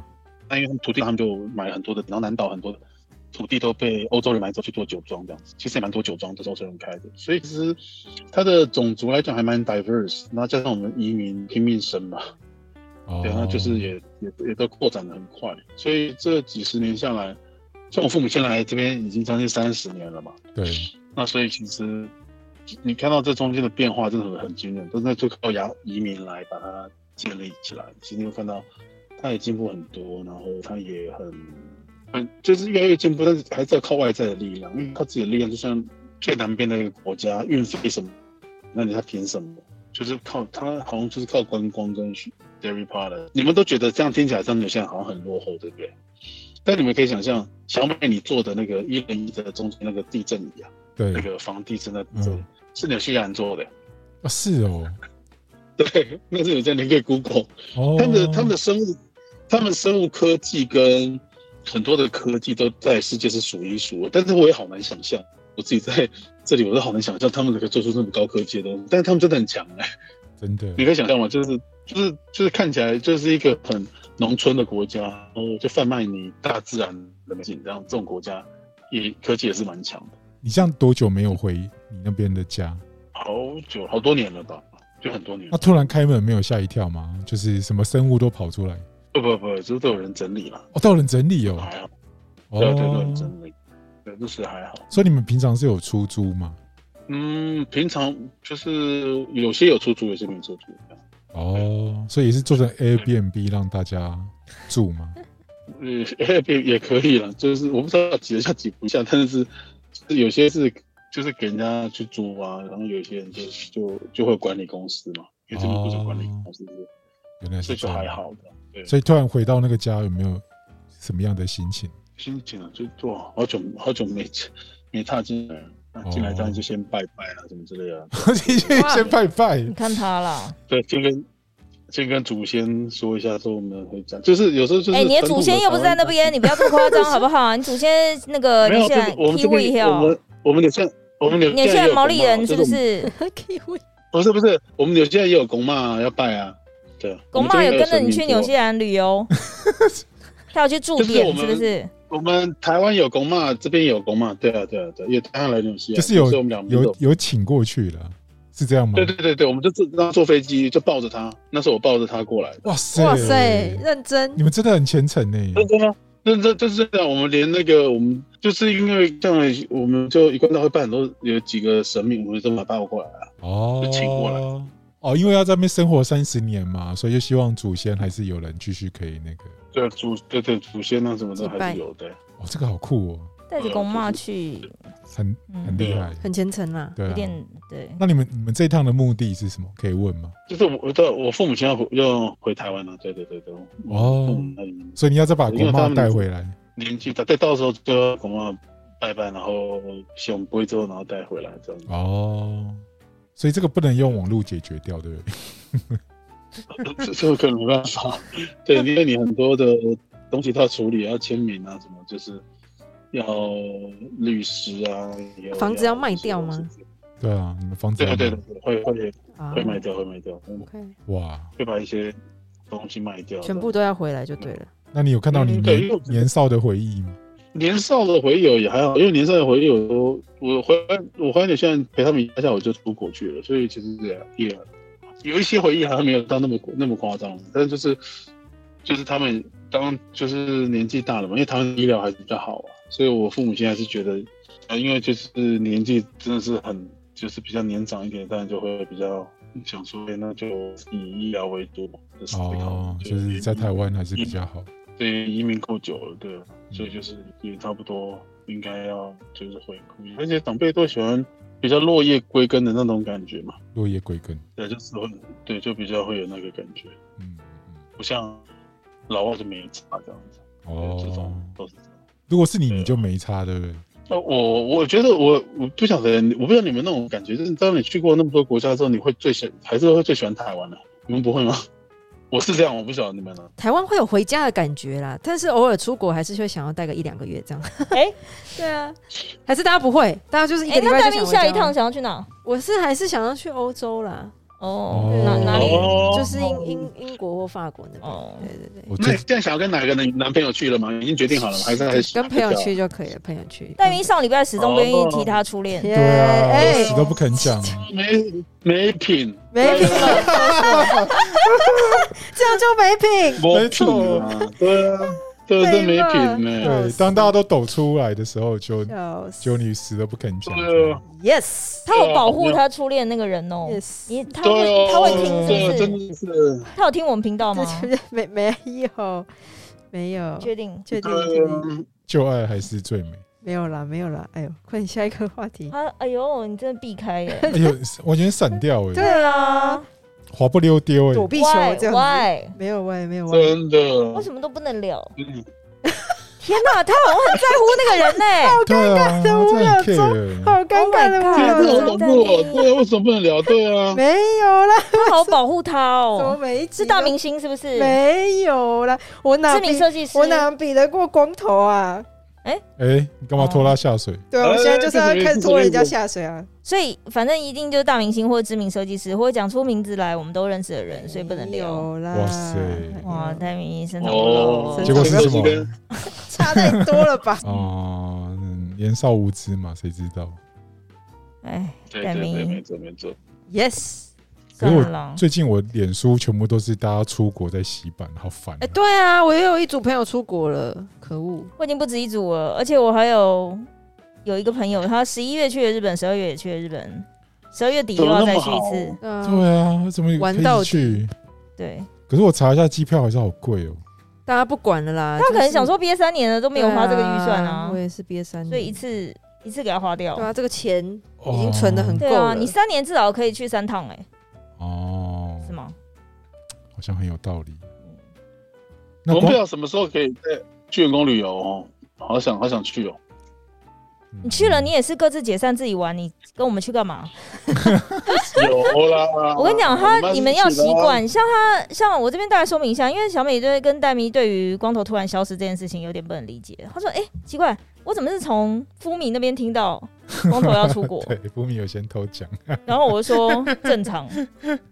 Speaker 2: 那因为他们土地，他们就买很多的，然后南岛很多的土地都被欧洲人买走去做酒庄，这样子，其实也蛮多酒庄都是欧洲人开的，所以其实它的种族来讲还蛮 diverse，然后加上我们移民拼命生嘛，
Speaker 1: 哦
Speaker 2: 对，那就是也也也都扩展的很快，所以这几十年下来，像我父母亲来这边已经将近三十年了嘛，
Speaker 1: 对，
Speaker 2: 那所以其实你看到这中间的变化真的很很惊人，真的就靠牙移民来把它建立起来。其实你会看到它也进步很多，然后它也很很就是越来越进步，但是还是要靠外在的力量，因为靠自己的力量，就像最南边的一个国家运费什么，那你他凭什么？就是靠他好像就是靠观光跟 dairy product，你们都觉得这样听起来，这样纽西兰好像很落后，对不对？但你们可以想象，小美你做的那个一零一的中间那个地震仪啊，那
Speaker 1: 对，
Speaker 2: 个房地真的
Speaker 1: 嗯
Speaker 2: 是、是纽西兰做的，
Speaker 1: 啊是哦，
Speaker 2: 对，那是有在你可以 Google
Speaker 1: 哦，
Speaker 2: 他们的、他们的生物，他们生物科技跟很多的科技都在世界是数一数二，但是我也好难想象，我自己在 这里我都好难想象他们可以做出这么高科技的东西，但是他们真的很强哎、
Speaker 1: 真的
Speaker 2: 你可以想象吗？就是就是就是看起来就是一个很农村的国家，然后就贩卖你大自然的美景，这样这种国家也科技也是蛮强的。
Speaker 1: 你这样多久没有回你那边的家？
Speaker 2: 嗯好久好多年了吧，就很多年了
Speaker 1: 那。突然开门没有吓一跳吗？就是什么生物都跑出来，
Speaker 2: 不不不，这都有人整理了，
Speaker 1: 哦，到人整理哦，
Speaker 2: 还好，
Speaker 1: 哦
Speaker 2: 对啊对，都有人整理，对，这是还好。
Speaker 1: 所以你们平常是有出租吗？
Speaker 2: 嗯，平常就是有些有出租，有些没出租。
Speaker 1: 哦，
Speaker 2: 嗯
Speaker 1: 所以也是做成 Airbnb 让大家住吗？
Speaker 2: 呃，也 也可以了，就是我不知道挤得下挤不下，但是就是有些是就是给人家去租啊，然后有些人就就就会有管理公司嘛，因为这边不是有管理公司，
Speaker 1: 原来是
Speaker 2: 所以
Speaker 1: 这
Speaker 2: 就还
Speaker 1: 样。
Speaker 2: 好的。对，
Speaker 1: 所以突然回到那个家，有没有什么样的心情？
Speaker 2: 心情啊，就哇，好久好久没没踏进来了，那进来当然就先拜拜啊，什么之类的啊。
Speaker 1: 你去先拜拜
Speaker 3: 你看他啦，
Speaker 2: 对，先跟先跟祖先说一下，说我们会讲，就是有时候 就是
Speaker 3: 哎，你的
Speaker 2: 传统
Speaker 3: 祖先又不是在那
Speaker 2: 台湾，
Speaker 3: 边，你不要这么 夸张好不好？你祖先那个
Speaker 2: 没
Speaker 3: 你
Speaker 2: 有，
Speaker 3: 现
Speaker 2: 这
Speaker 3: 在
Speaker 2: 个我们这
Speaker 3: Kiwi
Speaker 2: 边我
Speaker 3: 哟，
Speaker 2: 们我们纽西兰我们纽
Speaker 3: 你现
Speaker 2: 兰也
Speaker 3: 在
Speaker 2: 有
Speaker 3: 毛利
Speaker 2: 公妈
Speaker 3: 人是不？
Speaker 2: 就是我们
Speaker 3: 是？
Speaker 4: 可以问
Speaker 2: 不是不是，我们纽西兰也有公妈要拜啊，对啊，
Speaker 3: 狗
Speaker 2: 我们这
Speaker 3: 妈
Speaker 2: 边
Speaker 3: 有
Speaker 2: 也
Speaker 3: 跟着你
Speaker 2: 神
Speaker 3: 去
Speaker 2: 明
Speaker 3: 纽西
Speaker 2: 桌
Speaker 3: 兰 旅游，他有去驻
Speaker 2: 就是我
Speaker 3: 点
Speaker 2: 们
Speaker 3: 是不是？
Speaker 2: 我们台湾有公妈，这边有公妈，对啊对啊对啊，也当然来纽西兰，
Speaker 1: 就是
Speaker 2: 所以
Speaker 1: 有
Speaker 2: 我们两边都
Speaker 1: 有。有请过去了，是这样吗
Speaker 2: 对？对对对，我们就坐那坐飞机就抱着他，那时候我抱着他过来的。
Speaker 1: 哇塞
Speaker 4: 哇塞，认真
Speaker 1: 你们真的很虔诚呢。
Speaker 2: 认真吗？认真就是这样，我们连那个我们就是因为这样，我们就一贯道会办很多有几个神明，我们都把他抱过来啊。
Speaker 1: 哦，
Speaker 2: 就请过
Speaker 1: 来。哦，因为要在那边生活三十年嘛，所以就希望祖先还是有人继续可以那个。
Speaker 2: 对祖对对祖先啊什么的
Speaker 4: 祭拜
Speaker 2: 还是有的，
Speaker 1: 哦，这个好酷哦，
Speaker 3: 带着狗妈去，
Speaker 1: 很很
Speaker 3: 嗯，
Speaker 1: 厉害。
Speaker 4: 很虔诚啦。
Speaker 1: 对
Speaker 3: 有
Speaker 1: 啊。
Speaker 3: 点对。
Speaker 1: 那你们你们这一趟的目的是什么？可以问吗？
Speaker 2: 就是我的我父母亲要回要回台湾了、啊对对对对，
Speaker 1: 哦
Speaker 2: 我父母那里面
Speaker 1: 所以你要再把
Speaker 2: 因为
Speaker 1: 国
Speaker 2: 他
Speaker 1: 骂
Speaker 2: 们
Speaker 1: 带回来。
Speaker 2: 年纪大，对，到时候就要恐怕拜拜，然后写我们不会之后，然后带回来这样子。
Speaker 1: 哦，所以这个不能用网络解决掉，对不对？
Speaker 2: 这这个可能没办 法，对，因为你很多的东西都要处理，要签名啊什么，就是要律师啊，也有
Speaker 4: 房子要卖掉吗？
Speaker 1: 对啊，你们房子
Speaker 2: 对
Speaker 1: 要
Speaker 2: 对对
Speaker 1: 卖
Speaker 2: 对，会会
Speaker 4: 啊
Speaker 2: 会卖掉，会卖掉，嗯
Speaker 4: ，OK，
Speaker 1: 哇，
Speaker 2: 会把一些东西卖掉，
Speaker 4: 全部都要回来就对了。
Speaker 1: 那你有看到你
Speaker 2: 嗯对
Speaker 1: 年
Speaker 2: 因为我觉得
Speaker 1: 年少的回忆吗？
Speaker 2: 年少的回友也还好，因为年少的回友都，我回我回来现在陪他们一下下，我就出国去了，所以其实也也有一些回忆还没有到那么那么夸张，但是就是就是他们当就是年纪大了嘛，因为他们医疗还是比较好啊，所以我父母现在是觉得，啊，因为就是年纪真的是很就是比较年长一点，但就会比较想说，哎那就以医疗为主嘛，的思考
Speaker 1: 哦，就是在台湾还是比较好。
Speaker 2: 对移民够久了，对啊，所
Speaker 4: 嗯
Speaker 2: 以就是也差不多应该要就是回归，而且长辈都喜欢比较落叶归根的那种感觉嘛，
Speaker 1: 落叶归根，
Speaker 2: 对，就是会对就比较会有那个感觉，
Speaker 1: 嗯嗯，
Speaker 2: 不像老外就没差这样子，
Speaker 1: 嗯
Speaker 2: 对这种啊
Speaker 1: 哦，
Speaker 2: 都是这样。
Speaker 1: 如果是你，
Speaker 2: 对啊
Speaker 1: 你就没差，对不对？
Speaker 2: 那我我觉得我我不晓得，我不知道你们那种感觉，就是当你去过那么多国家之后，你会最喜还是会最喜欢台湾的、你们不会吗？ 我是这样，我不晓得你们呢。
Speaker 4: 台湾会有回家的感觉啦，但是偶尔出国还是会想要待个一两个月这样。
Speaker 3: 哎，对啊，
Speaker 4: 还是大家不会，大家就是一
Speaker 3: 哎
Speaker 4: 个，礼
Speaker 3: 那
Speaker 4: 拜
Speaker 3: 大
Speaker 4: 就想
Speaker 3: 兵
Speaker 4: 回
Speaker 3: 下一
Speaker 4: 家
Speaker 3: 趟想要去哪？
Speaker 4: 我是还是想要去欧洲啦，
Speaker 3: 哦
Speaker 4: 对，
Speaker 3: 哪
Speaker 4: 啊
Speaker 3: 哪里？
Speaker 2: 哦
Speaker 4: 就是英英英国或法国那边。
Speaker 3: 哦
Speaker 4: 对对对，
Speaker 1: 我
Speaker 2: 那
Speaker 1: 最
Speaker 2: 你现在想要跟哪个男男朋友去了吗？已经决定好了吗？还是还是
Speaker 4: 跟朋友去就可以了，朋友去。
Speaker 3: 大兵上礼拜始终不愿意提他初恋，
Speaker 4: 耶
Speaker 1: 对啊，
Speaker 4: 哎
Speaker 1: 我死都不肯讲。
Speaker 2: 没没品，
Speaker 4: 没品， 这样就没品。
Speaker 2: 没品啊，对啊，对啊，这没品呢、
Speaker 1: 对，当大家都抖出来的时候，就
Speaker 4: 笑死
Speaker 1: 就你死都不肯讲。
Speaker 2: 对啊，
Speaker 4: ，yes
Speaker 3: 他有保护他初恋那个人哦。
Speaker 4: yes，
Speaker 3: 你他
Speaker 2: 对
Speaker 3: 会
Speaker 2: 啊，
Speaker 3: 他会听
Speaker 2: 对啊，
Speaker 3: 是
Speaker 2: 真
Speaker 3: 不是？
Speaker 2: 的是，
Speaker 3: 他有听我们频道吗
Speaker 4: 这？就是没没有没有
Speaker 3: 确定？
Speaker 4: 确定
Speaker 2: 对
Speaker 4: 确定
Speaker 2: 啊，
Speaker 1: 旧爱还是最美。
Speaker 4: 没有啦没有啦，哎呦，快点下一个话题。
Speaker 3: 他哎呦，你真的避开耶！
Speaker 1: 哎呦，完全闪掉哎、
Speaker 4: 对啊，
Speaker 1: 滑不溜丢哎、
Speaker 4: 躲避球
Speaker 3: Why？
Speaker 4: 这样子，
Speaker 3: Why？
Speaker 4: 没有喂没有喂，
Speaker 2: 真的
Speaker 3: 为，什么都不能聊？
Speaker 2: 嗯
Speaker 3: 天哪，他好像很在乎那个 人呢。
Speaker 1: 对啊，
Speaker 4: 的五
Speaker 1: 这
Speaker 4: 秒
Speaker 1: 很
Speaker 4: 钟
Speaker 1: care
Speaker 4: 好尴尬的
Speaker 3: Oh my
Speaker 2: 天啊，
Speaker 3: god
Speaker 4: 五
Speaker 2: 这
Speaker 4: 秒
Speaker 2: 好
Speaker 4: 钟，
Speaker 2: 恐怖哦！对啊，为什么不能聊？对啊，
Speaker 4: 没有啦，
Speaker 3: 他好保护他
Speaker 4: 怎么
Speaker 3: 哦，
Speaker 4: 每一集
Speaker 3: 是大
Speaker 4: 都
Speaker 3: 明星是不是？
Speaker 4: 没有啦，我哪
Speaker 3: 知名
Speaker 4: 比
Speaker 3: 设计师
Speaker 4: 我哪比得过光头啊？
Speaker 1: 哎、你干嘛
Speaker 4: 哦
Speaker 1: 拖他下水？
Speaker 4: 对啊，
Speaker 2: 哎
Speaker 4: 我现在就是要
Speaker 2: 这什么意思
Speaker 4: 开始拖人家下水啊！
Speaker 3: 所以反正一定就是大明星或者知名设计师，或者讲出名字来我们都认识的人，所以不能
Speaker 4: 没
Speaker 3: 聊。
Speaker 4: 有啦，
Speaker 1: 哇塞
Speaker 3: 哇，戴明医生
Speaker 2: 哦
Speaker 3: 哦，
Speaker 1: 结果是什么？？
Speaker 4: 差太多了吧
Speaker 1: 哦、嗯年少无知嘛，谁知道？
Speaker 3: 哎，
Speaker 2: 对对对，没错没错，
Speaker 4: ？Yes，
Speaker 1: 可
Speaker 3: 算
Speaker 1: 是我
Speaker 3: 了。
Speaker 1: 最近我脸书全部都是大家出国在洗版，好烦、
Speaker 4: 哎，对啊，我也有一组朋友出国了，可恶！
Speaker 3: 我已经不止一组了，而且我还有有一个朋友，他十一月去了日本，十二月也去了日本，十二月底又要再去
Speaker 2: 怎
Speaker 3: 一
Speaker 2: 么那么
Speaker 3: 次。
Speaker 4: 对啊，
Speaker 1: 对啊，怎么
Speaker 4: 玩
Speaker 1: 可
Speaker 4: 到
Speaker 1: 以去？
Speaker 3: 对，
Speaker 1: 可是我查一下机票还是好贵哦、
Speaker 4: 大家不管了啦。
Speaker 3: 他可能
Speaker 4: 就是
Speaker 3: 想说毕业三年了都没有花这个预算
Speaker 4: 对
Speaker 3: 啊
Speaker 4: 我，也是毕业三年，
Speaker 3: 所以一次一次给他花掉
Speaker 4: 对。啊，这个钱
Speaker 1: 哦
Speaker 4: 已经存得很够
Speaker 3: 对啊，
Speaker 4: 了。
Speaker 3: 你三年至少可以去三趟哎、
Speaker 1: 哦，
Speaker 3: 是吗？
Speaker 1: 好像很有道理。
Speaker 2: 我
Speaker 1: 那
Speaker 2: 们不
Speaker 1: 光？
Speaker 2: 知道什么时候可以在去员工旅游哦，好想好想去哦。
Speaker 3: 你去了，你也是各自解散自己玩，你跟我们去干嘛？
Speaker 2: 有啦，
Speaker 3: 我跟你讲，他
Speaker 2: 啊们
Speaker 3: 你们要习惯，像他像我这边大概说明一下，因为小美对跟黛咪对于光头突然消失这件事情有点不能理解。他说：“哎、奇怪，我怎么是从夫米那边听到光头要出国
Speaker 1: 嗯对不米有先偷讲，
Speaker 3: 然后我就说正常，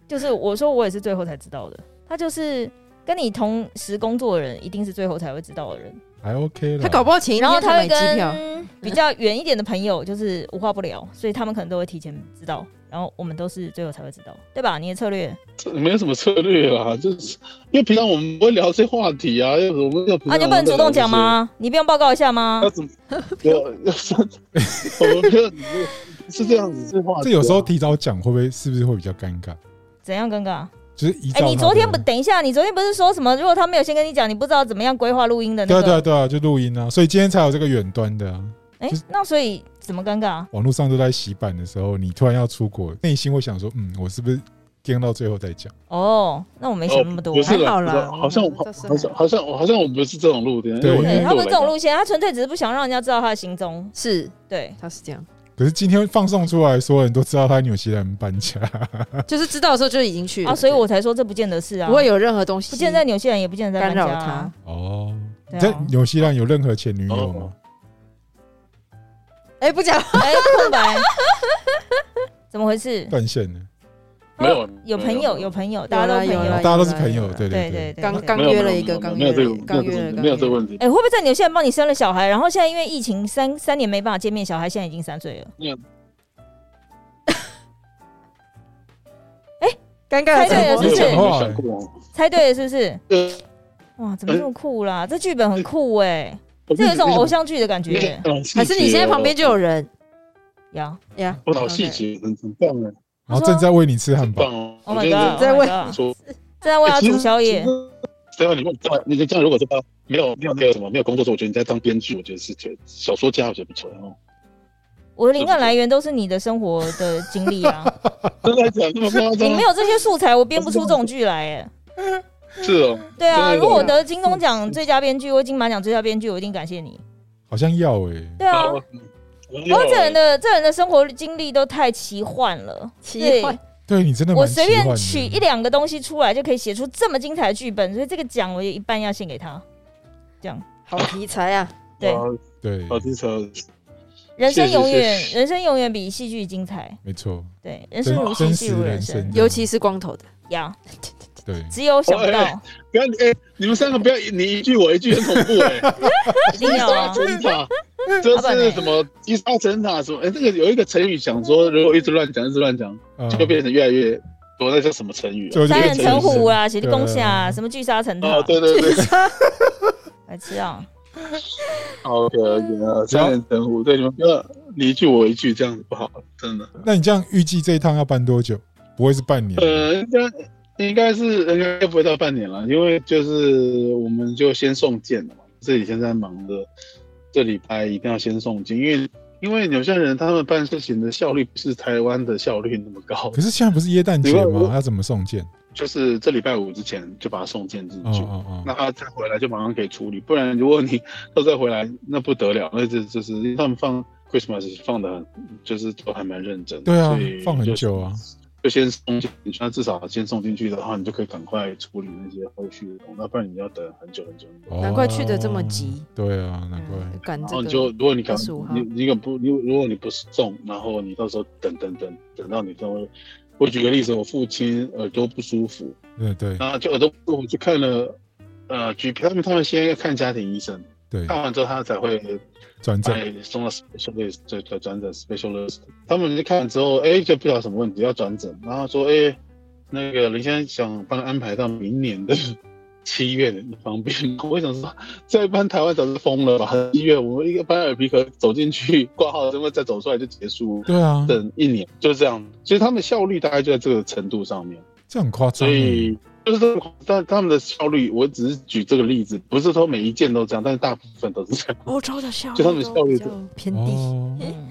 Speaker 3: 就是我说我也是最后才知道的。他就是跟你同时工作的人，一定是最后才会知道的人。
Speaker 1: 还
Speaker 2: 啊
Speaker 1: OK 了。
Speaker 4: 他搞不好前一
Speaker 3: 然后
Speaker 4: 天
Speaker 3: 他
Speaker 4: 才买
Speaker 3: 会
Speaker 4: 机票，
Speaker 3: 跟比较远一点的朋友，就是无话不聊，所以他们可能都会提前知道。然后我们都是最后才会知道，对吧？你的策略
Speaker 2: 这没有什么策略啦，就是因为平常我们不会聊这话题啊，要我们要呃平常
Speaker 3: 啊，就不能主动讲吗？你不用报告一下吗
Speaker 2: 要？怎么？要要是，我们没有是这样子，这话啊
Speaker 1: 这有时候提早讲会不会是不是会比较尴尬？
Speaker 3: 怎样尴尬？
Speaker 1: 就是依照他
Speaker 3: 哎、
Speaker 1: 的啊
Speaker 3: 你昨天不等一下，你昨天不是说什么？如果他没有先跟你讲，你不知道怎么样规划录音的那
Speaker 1: 对啊
Speaker 3: 个。
Speaker 1: 对啊对啊，就录音啊，所以今天才有这个远端的啊。
Speaker 3: 哎、
Speaker 1: 就是
Speaker 3: 那所以怎么尴尬？
Speaker 1: 网络上都在洗版的时候，你突然要出国，内心会想说，嗯，我是不是盯到最后再讲？
Speaker 3: 哦，那我没想那么多。
Speaker 2: 不是
Speaker 4: 还好
Speaker 2: 啦，
Speaker 4: 啦
Speaker 2: 不是好像我
Speaker 4: 我们都是
Speaker 2: 好像好像我好像我不是这种路线，
Speaker 1: 对
Speaker 2: 因为我
Speaker 3: 对
Speaker 2: 觉得
Speaker 3: 他不是
Speaker 2: 对
Speaker 3: 这
Speaker 2: 我
Speaker 3: 种
Speaker 2: 来
Speaker 3: 路线，他纯粹只是不想让人家知道他的行踪。
Speaker 4: 是
Speaker 3: 对，
Speaker 4: 他是这样，
Speaker 1: 可是今天放送出来，所有人都知道他纽西兰搬家，
Speaker 4: 就是知道的时候就已经去了
Speaker 3: 啊，所以我才说这不见得是啊，
Speaker 4: 嗯不会有任何东西
Speaker 3: 不见得在纽西兰，也不见得在
Speaker 4: 干
Speaker 3: 搬家
Speaker 4: 扰
Speaker 3: 啊
Speaker 4: 他。。
Speaker 1: 哦，
Speaker 3: 对
Speaker 1: 你
Speaker 3: 啊
Speaker 2: 哦
Speaker 1: 在纽西兰有任何前女友吗？
Speaker 4: 哎、不讲话，
Speaker 3: 哎，空白，怎么回事？
Speaker 1: 断线了，哦
Speaker 2: 没有
Speaker 3: 有朋友，有朋友，
Speaker 4: 有啦
Speaker 3: 大家都是
Speaker 4: 有
Speaker 3: 朋
Speaker 4: 啦
Speaker 3: 友
Speaker 1: 大。家都是朋友，对
Speaker 3: 对对
Speaker 1: 对。
Speaker 3: 对，
Speaker 4: 刚
Speaker 3: 对
Speaker 4: 刚
Speaker 2: 没有
Speaker 4: 约了
Speaker 2: 没有
Speaker 4: 一个刚
Speaker 2: 没有
Speaker 4: 约
Speaker 2: 这
Speaker 4: 了
Speaker 2: 个
Speaker 4: 一个刚
Speaker 2: 没有
Speaker 4: 约
Speaker 2: 这
Speaker 4: 了
Speaker 2: 个没有这个
Speaker 4: 刚约了
Speaker 2: 问题，
Speaker 3: 哎，会不会在你现在帮你生了小孩，然后现在因为疫情三三年没办法见面，小孩现在已经三岁了？
Speaker 4: 尴尬的
Speaker 3: 猜对
Speaker 4: 沉
Speaker 2: 没
Speaker 3: 了
Speaker 4: 默
Speaker 2: 有没有
Speaker 3: 是不是
Speaker 2: 想过，啊
Speaker 3: 猜对了是不是？
Speaker 2: 对，
Speaker 3: 哇，怎么这么酷啦？这剧本很酷哎，
Speaker 2: 我
Speaker 3: 这有一种偶像剧的感
Speaker 2: 哎
Speaker 3: 觉。
Speaker 2: 哦
Speaker 4: 还是你现在旁边就有人
Speaker 3: 呀
Speaker 4: 呀？
Speaker 2: 我好细节，很很棒哎，
Speaker 1: 然后正在为你吃汉
Speaker 2: 很棒
Speaker 1: 堡，
Speaker 2: 哦。
Speaker 3: ，Oh
Speaker 2: 我觉
Speaker 3: my
Speaker 2: 得
Speaker 3: god！
Speaker 4: 在问
Speaker 3: oh my god
Speaker 2: 说哎
Speaker 3: 正在为他煮宵 夜。。
Speaker 2: 对啊，你问这样，你这样如果是他没有没有没有什么没有工作做，我觉得你在当编剧，我觉得是觉得小说家，我觉得不错哦。
Speaker 3: 我的灵感来源都是你的生活的经历啊，
Speaker 2: 真的假的？那么夸
Speaker 3: 你
Speaker 2: 张？
Speaker 3: 没有这些素材，我编不出这种剧来哎。
Speaker 2: 是哦，
Speaker 3: 对啊，
Speaker 2: 对
Speaker 3: 如果我得金钟奖最佳编剧或金马奖最佳编剧，我一定感谢你。
Speaker 1: 好像要哎，
Speaker 3: 对啊，
Speaker 2: 哦
Speaker 3: 不过这人的这人的生活经历都太奇幻了，
Speaker 4: 奇幻
Speaker 1: 对你真的
Speaker 3: 我
Speaker 1: 蛮奇
Speaker 3: 随
Speaker 1: 幻
Speaker 3: 便
Speaker 1: 的
Speaker 3: 取一两个东西出来就可以写出这么精彩的剧本，所以这个奖我也一半要献给他。
Speaker 4: 好题材啊！
Speaker 3: 对，
Speaker 2: 哇
Speaker 1: 对，
Speaker 2: 好支持，
Speaker 3: 人生
Speaker 2: 是
Speaker 3: 永远
Speaker 2: 是
Speaker 3: 人生永远比戏剧精彩，
Speaker 1: 没错，
Speaker 3: 对，人生如戏，
Speaker 1: 真
Speaker 3: 戏
Speaker 1: 实
Speaker 3: 如
Speaker 1: 人
Speaker 3: 人
Speaker 1: 生
Speaker 3: 生
Speaker 1: 对
Speaker 4: 尤其是光头的，
Speaker 3: 呀。
Speaker 1: 对，
Speaker 3: 只有想不到，
Speaker 2: 不要你哎，你们三个不要你一句我一句，很恐怖哎。
Speaker 3: 一定 要啊！
Speaker 2: 灯塔，这是什么击杀灯塔？什么？哎，这个有一个成语讲说，如果一直乱讲，一直乱讲，
Speaker 1: 嗯
Speaker 2: 就变成越来越多。那叫什么成语啊？
Speaker 1: 就
Speaker 3: 三人成虎
Speaker 1: 啊，
Speaker 3: 啊，写的攻下啊，什么聚沙成塔，
Speaker 2: 哦，对对对，
Speaker 3: 来吃啊！
Speaker 2: 好可以啊，三人成虎。对，你们不要你一句我一句，这样不好，真的。
Speaker 1: 那你这样预计这一趟要办多久？不会是半年吧？
Speaker 2: 呃，应该应该是应该不会到半年了，因为就是我们就先送件了嘛。这里现在忙着，这礼拜一定要先送件，因为因为纽西兰人他们办事情的效率不是台湾的效率那么高
Speaker 1: 可，是现在不是耶诞节
Speaker 2: 你问
Speaker 1: 吗？
Speaker 2: 我
Speaker 1: 要怎么送件？
Speaker 2: 就是这礼拜五之前就把它送件进
Speaker 1: 哦
Speaker 2: 去。
Speaker 1: 哦
Speaker 2: 那
Speaker 1: 哦，
Speaker 2: 他再回来就马上可以处理，不然如果你 到再回来，那不得了，那这就是因为他们放 Christmas 放的很，就是都还蛮认真的，
Speaker 1: 对啊
Speaker 2: 所以，
Speaker 1: 放很
Speaker 2: 就
Speaker 1: 久啊，
Speaker 2: 就先送进去，那至少先送进去的话，你就可以赶快处理那些后续的东西，那不然你要等很久很久。
Speaker 1: 哦
Speaker 4: 难怪去得这么急。
Speaker 1: 对啊，难怪。
Speaker 4: 嗯赶
Speaker 2: 然
Speaker 4: 这
Speaker 2: 后你
Speaker 4: 个
Speaker 2: 哦就，如果你赶
Speaker 4: 25号
Speaker 2: 你你敢不，你如果你不送，然后你到时候等等等等到你都，我举个例子，我父亲耳朵不舒服，
Speaker 1: 对对
Speaker 2: 然后就耳朵不舒服去看了，呃，举他们他们先看家庭医生，
Speaker 1: 对，
Speaker 2: 看完之后他才会
Speaker 1: 转正
Speaker 2: 哎，送到 specialist 这这转诊 specialist，他们就看了之后，哎，就不知道什么问题要转诊，然后说，哎，那个林先生想帮他安排到明年的 七月的方便。我想说，这一般台湾早就疯了吧？七月我们一个班耳鼻科走进去挂号，然后再走出来就结束，
Speaker 1: 对啊，
Speaker 2: 等一年就是这样。其实他们效率大概就在这个程度上面。
Speaker 1: 这很夸张
Speaker 2: 所
Speaker 1: 欸。
Speaker 2: 以就是这种但他们的效率，我只是举这个例子，不是说每一件都这样，但是大部分都是这样。
Speaker 4: 欧洲的哦效率
Speaker 2: 就他们效率
Speaker 4: 都比较偏低，
Speaker 1: 哦，
Speaker 3: 嗯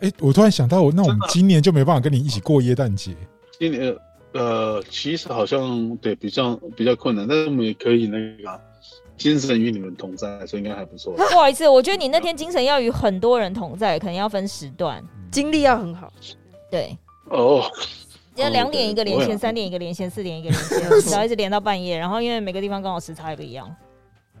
Speaker 1: 哎，我突然想到，我那我们今年就没办法跟你一起过耶诞节。
Speaker 2: 今年呃，其实好像对比较比较困难，但是我们也可以那个啊精神与你们同在，所以应该还不 错。
Speaker 3: 不好意思，我觉得你那天精神要与很多人同在，可能要分时段。
Speaker 4: 精力要 很好，
Speaker 3: 对，
Speaker 2: 哦，
Speaker 3: 今天两点一个连
Speaker 2: 不会
Speaker 3: 线，
Speaker 2: 啊
Speaker 3: 三点一个连线，四点一个连
Speaker 4: 嗯
Speaker 3: 线，然后一直连到半夜。然后因为每个地方刚好时差也不一样，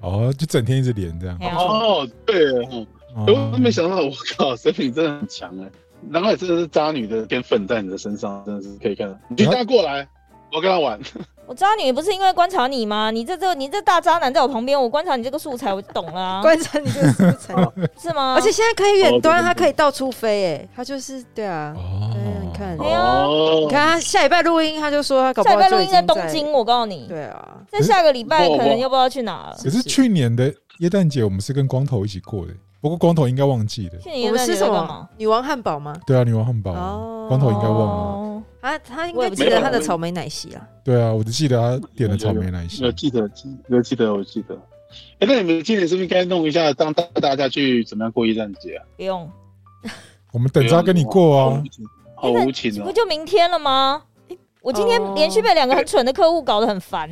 Speaker 1: 哦，就整天一直连这样
Speaker 3: 哎。呀，
Speaker 2: 哦，对，哦
Speaker 1: 哦
Speaker 2: 我都没想到，我靠，神品真的很强哎、难怪真的是渣女的天分在你的身上，真的是可以看到。你带过来，我跟他玩。
Speaker 3: 我渣女不是因为观察你吗？你这这你这大渣男在我旁边，我观察你这个素材我就懂了、啊，哦
Speaker 4: 观察你这个素材。
Speaker 3: 是吗？
Speaker 4: 而且现在可以远
Speaker 2: 哦对对
Speaker 4: 端，
Speaker 2: 对
Speaker 4: 它可以到处飞，哎，它就是对啊，
Speaker 1: 哦
Speaker 4: 对，你看
Speaker 3: 哎呀
Speaker 2: 哦
Speaker 4: 你看他下礼拜录音，他就说他搞不
Speaker 3: 下
Speaker 4: 好
Speaker 3: 礼拜
Speaker 4: 就
Speaker 3: 录
Speaker 4: 已
Speaker 3: 音在
Speaker 4: 经
Speaker 3: 东京，我告诉你，
Speaker 4: 对啊，
Speaker 3: 在下个礼拜可能又不知道去哪了。
Speaker 1: 可是去年的耶诞节我们是跟光头一起过的，不过光头应该忘记了。
Speaker 3: 去
Speaker 4: 我
Speaker 3: 年
Speaker 4: 们
Speaker 3: 在
Speaker 4: 吃什
Speaker 3: 干
Speaker 4: 么
Speaker 3: 嘛？？
Speaker 4: 女王汉堡吗？
Speaker 1: 对啊，女王汉堡啊
Speaker 4: 哦，
Speaker 1: 光头应该忘了。
Speaker 3: 哦，
Speaker 4: 啊，他应
Speaker 3: 我
Speaker 4: 该
Speaker 3: 也不
Speaker 4: 记
Speaker 2: 记
Speaker 4: 得
Speaker 2: 得
Speaker 4: 他的草莓奶昔啊，
Speaker 1: 对啊，我只记得他点了草莓奶昔
Speaker 2: 有。记得，记有记得，我记得。哎、那你们今年是不是应该弄一下，当大大家去怎么样过耶诞节啊？
Speaker 3: 不用，
Speaker 1: 我们等着要跟你过啊。，
Speaker 2: 好无情
Speaker 3: 不
Speaker 2: 哦！
Speaker 3: 就明天了吗？我今天
Speaker 4: 哦
Speaker 3: 连续被两个很蠢的客户搞得很 烦，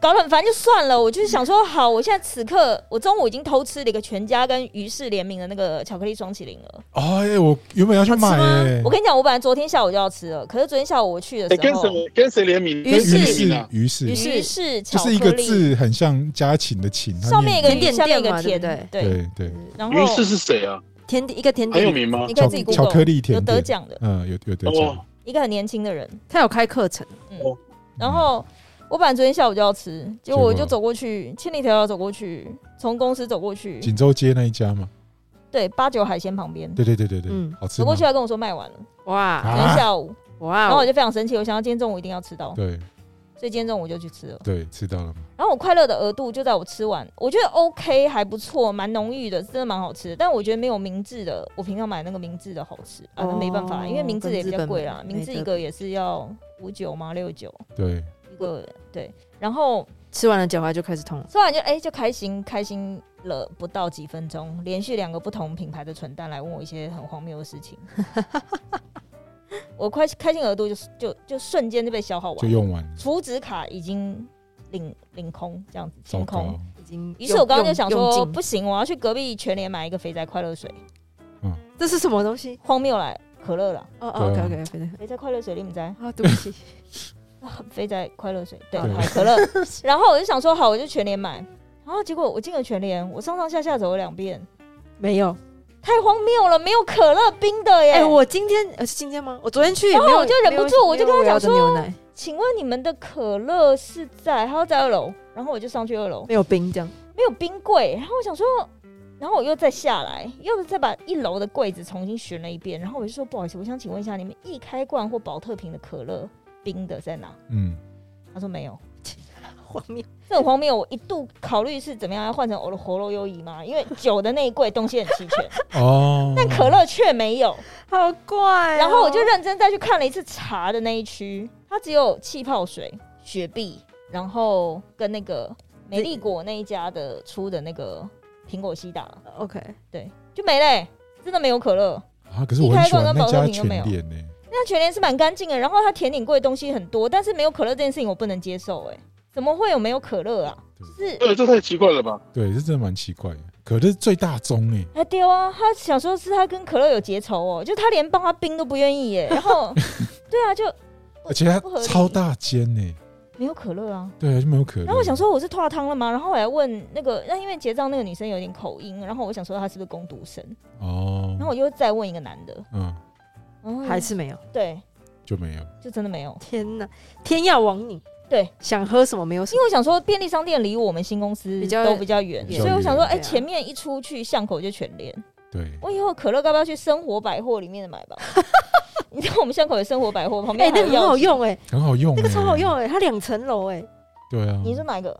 Speaker 3: 搞得很烦就算了。我就是想说，好，我现在此刻我中午已经偷吃了一个全家跟于氏联名的那个巧克力双麒麟了。
Speaker 1: 哦，哎，我原本要去买哎
Speaker 3: 我，跟你讲，我本来昨天下午就要吃了，可是昨天下午我去的
Speaker 2: 哎、
Speaker 3: 时
Speaker 2: 跟
Speaker 3: 候
Speaker 2: 谁，跟谁联名？
Speaker 4: 于
Speaker 2: 跟谁
Speaker 1: 于
Speaker 2: 联名
Speaker 1: 是
Speaker 2: 啊？
Speaker 1: 于
Speaker 3: 于
Speaker 1: 是，
Speaker 3: 是是
Speaker 1: 就
Speaker 3: 巧
Speaker 1: 是一个
Speaker 3: 克力，
Speaker 1: 字很像家禽的禽，它
Speaker 3: 上面一个
Speaker 1: 念
Speaker 3: 鱼，
Speaker 4: 甜点
Speaker 3: 下面一
Speaker 4: 店嘛
Speaker 3: 个甜，
Speaker 4: 对不
Speaker 1: 对对，
Speaker 3: 然后
Speaker 2: 于是是谁啊？
Speaker 4: 甜点一个甜
Speaker 2: 很有名
Speaker 4: 点，
Speaker 2: 吗
Speaker 3: 你？可以
Speaker 1: 巧
Speaker 3: 自己
Speaker 1: 巧
Speaker 3: Google，
Speaker 1: 克力
Speaker 3: 有
Speaker 1: 甜
Speaker 3: 得
Speaker 1: 点，
Speaker 3: 奖的，
Speaker 1: 嗯，有有得
Speaker 2: 哇
Speaker 1: 奖，
Speaker 3: 一个很年轻的人，
Speaker 4: 他有开课程，
Speaker 3: 然后我本来昨天下午就要吃，结果我
Speaker 1: 结
Speaker 3: 就
Speaker 1: 果
Speaker 3: 走过去，千里迢迢走过去，从公司走过去，
Speaker 1: 锦州街那一家嘛，
Speaker 3: 对，八九海鲜旁边，
Speaker 1: 对对对对对，
Speaker 4: 嗯
Speaker 1: 好吃
Speaker 3: 走
Speaker 1: 吗
Speaker 3: 过？去他跟我说卖完了，昨
Speaker 4: 哇
Speaker 1: 啊
Speaker 3: 天下午，然后我
Speaker 4: 哇，
Speaker 3: 就非常生气，我想要今天中午一定要吃到，
Speaker 1: 对
Speaker 3: 所以今天中午我就去吃了。
Speaker 1: 对，吃到了吗？
Speaker 3: 然后我快乐的额度就在我吃完，我觉得 OK 还不错，蛮浓郁的，真的蛮好吃的。但我觉得没有明治的，我平常买那个明治的好吃啊，那没办法，
Speaker 4: 哦
Speaker 3: 因为明治的也比较贵啦，
Speaker 4: 跟日本没
Speaker 3: 明治一
Speaker 4: 没得
Speaker 3: 个
Speaker 4: 比
Speaker 3: 也是要五九嘛，六九
Speaker 1: 对，
Speaker 3: 一个对。然后
Speaker 4: 吃完了脚踝就开始痛了，
Speaker 3: 吃完就哎、就开心开心了不到几分钟，连续两个不同品牌的传单来问我一些很荒谬的事情， 我快开心额度就是就就瞬间就被消耗
Speaker 1: 就
Speaker 3: 完，
Speaker 1: 用完了，
Speaker 3: 储值卡已经领领空这样子
Speaker 1: 糟
Speaker 3: 清空
Speaker 1: 糕。，
Speaker 4: 已经用。
Speaker 3: 于是我刚刚就
Speaker 4: 用
Speaker 3: 想
Speaker 4: 用
Speaker 3: 说，
Speaker 4: 尽
Speaker 3: 不行，我要去隔壁全联买一个肥宅快乐水，
Speaker 4: 这是什么东西？
Speaker 3: 荒谬来可乐啦，
Speaker 4: 哦
Speaker 1: 对啊
Speaker 4: 哦，OK OK，非常
Speaker 3: 肥宅快乐水你们在
Speaker 4: 啊，对不起，
Speaker 3: 肥宅快乐水对，
Speaker 1: 对
Speaker 3: 好可乐。然后我就想说，好，我就全联买。然后结果我进了全联，我上上下下走了两遍，
Speaker 4: 没 有。
Speaker 3: 太荒谬了，没有可乐冰的耶！
Speaker 4: 哎，我今天呃是今天吗？我昨天去，
Speaker 3: 然后
Speaker 4: 没有
Speaker 3: 哦我就忍不住
Speaker 4: 没有
Speaker 3: 我就跟他
Speaker 4: 没有
Speaker 3: 讲说
Speaker 4: 我要的牛奶
Speaker 3: 请问你们的可乐是在还要在二楼？然后我就上去二楼，
Speaker 4: 没有冰这样。
Speaker 3: 没有冰柜。然后我想说，然后我又再下来，又再把一楼的柜子重新巡了一遍。然后我就说，不好意思，我想请问一下，你们易开罐或保特瓶的可乐冰的在哪？
Speaker 1: 嗯，
Speaker 3: 他说没有，
Speaker 4: 荒 谬，
Speaker 3: 这很荒谬。我一度考虑是怎么样要换成欧罗喉咙优怡嘛，因为酒的那一柜东西很齐全，
Speaker 1: 哦，
Speaker 3: 但可乐却没有。
Speaker 4: 好怪哦。
Speaker 3: 然后我就认真再去看了一次茶的那一区，它只有气泡水、雪碧，然后跟那个美丽果那一家的出的那个苹果西打，
Speaker 4: OK，
Speaker 3: 对，就没嘞、真的没有可乐。
Speaker 1: 啊，可是我很喜欢那家全
Speaker 3: 一开罐跟保乐
Speaker 1: 脸呢，
Speaker 3: 那全联是蛮干净的，然后它甜点柜东西很多，但是没有可乐这件事情我不能接受、哎，怎么会有没有可乐啊？就是
Speaker 2: 对，这太奇怪了吧？
Speaker 1: 对，这真的蛮奇怪的。可乐最大宗哎，
Speaker 3: 还丢啊，他想说是他跟可乐有结仇哦、就他连帮他冰都不愿意耶、然 后对啊，就
Speaker 1: 而且它
Speaker 3: 不合理
Speaker 1: 超大间呢，
Speaker 3: 没有可乐啊。
Speaker 1: 对，就没有可乐。
Speaker 3: 然后我想，说我是脱了汤了吗？然后我还问那个，那因为结账那个女生有点口音，然后我想说她是不是工读生？
Speaker 1: 哦，
Speaker 3: 然后我又再问一个男的，
Speaker 1: 嗯，
Speaker 3: 然后
Speaker 4: 还是没有。
Speaker 3: 对，
Speaker 1: 就没有，
Speaker 3: 就真的没有。
Speaker 4: 天哪，天要亡你。
Speaker 3: 对，
Speaker 4: 想喝什么没有什
Speaker 3: 因
Speaker 4: 么。
Speaker 3: 为我想说便利商店离我们新公司
Speaker 4: 比较
Speaker 3: 都比较远，
Speaker 1: 比
Speaker 4: 较
Speaker 3: 所以我想说，
Speaker 1: 远
Speaker 3: 哎、
Speaker 4: 对啊
Speaker 3: 前面一出去巷口就全联，
Speaker 1: 对，
Speaker 3: 我以后可乐该不要去生活百货里面买吧？ 你知道我们巷口有生活百货，旁
Speaker 4: 哎
Speaker 3: 边，还
Speaker 4: 那
Speaker 3: 有
Speaker 4: 个很
Speaker 3: 药
Speaker 4: 好
Speaker 3: 局。
Speaker 4: 用哎，
Speaker 1: 很好用，欸
Speaker 4: 那个超好用，哎，它两层楼哎，
Speaker 1: 对啊，
Speaker 3: 你说哪一个？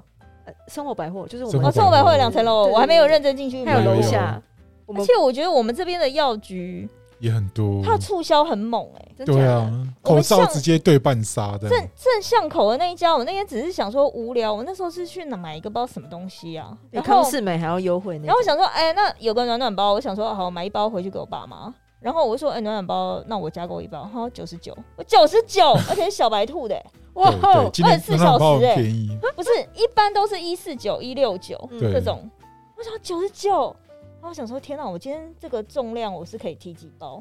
Speaker 4: 呃生活百货就是我
Speaker 1: 生活百
Speaker 3: 哦，
Speaker 4: 们
Speaker 1: 货
Speaker 3: 生活百货有两层楼，
Speaker 4: 对
Speaker 3: 我还没有认真进去
Speaker 4: 还有
Speaker 3: 买。
Speaker 1: 有
Speaker 4: 楼
Speaker 1: 有
Speaker 3: 哎
Speaker 4: 下，我
Speaker 3: 而
Speaker 4: 们
Speaker 3: 且我觉得我们这边的药局，
Speaker 1: 也很多，
Speaker 3: 它的促销很猛哎、
Speaker 4: 真假
Speaker 1: 对
Speaker 4: 的，
Speaker 1: 啊，
Speaker 3: 我
Speaker 1: 口
Speaker 3: 们
Speaker 1: 罩
Speaker 3: 像
Speaker 1: 直接对半杀的，
Speaker 3: 正正巷口的那一家，我那天只是想说无聊，我那时候是去哪买一个不知道什么东西啊，
Speaker 4: 比
Speaker 3: 然
Speaker 4: 哎康
Speaker 3: 后
Speaker 4: 士美还要优惠
Speaker 3: 然
Speaker 4: 呢
Speaker 3: 后我。想说，哎、那有个暖暖包，我想说好买一包回去给我爸妈。然后我就说，哎、暖暖包，那我加购一包，哈，九十九，我九十九，而且是小白 兔的、
Speaker 4: 哇
Speaker 1: 对对
Speaker 4: 哦，
Speaker 1: 今天
Speaker 3: 24
Speaker 1: 那汉堡
Speaker 3: 小时
Speaker 1: 很
Speaker 3: 欸
Speaker 1: 便宜，
Speaker 3: 不是，一般都是一四九、一六九
Speaker 4: 嗯
Speaker 1: 对
Speaker 3: 这种。我想九十九，然后我想说，天哪，我今天这个重量我是可以提几包？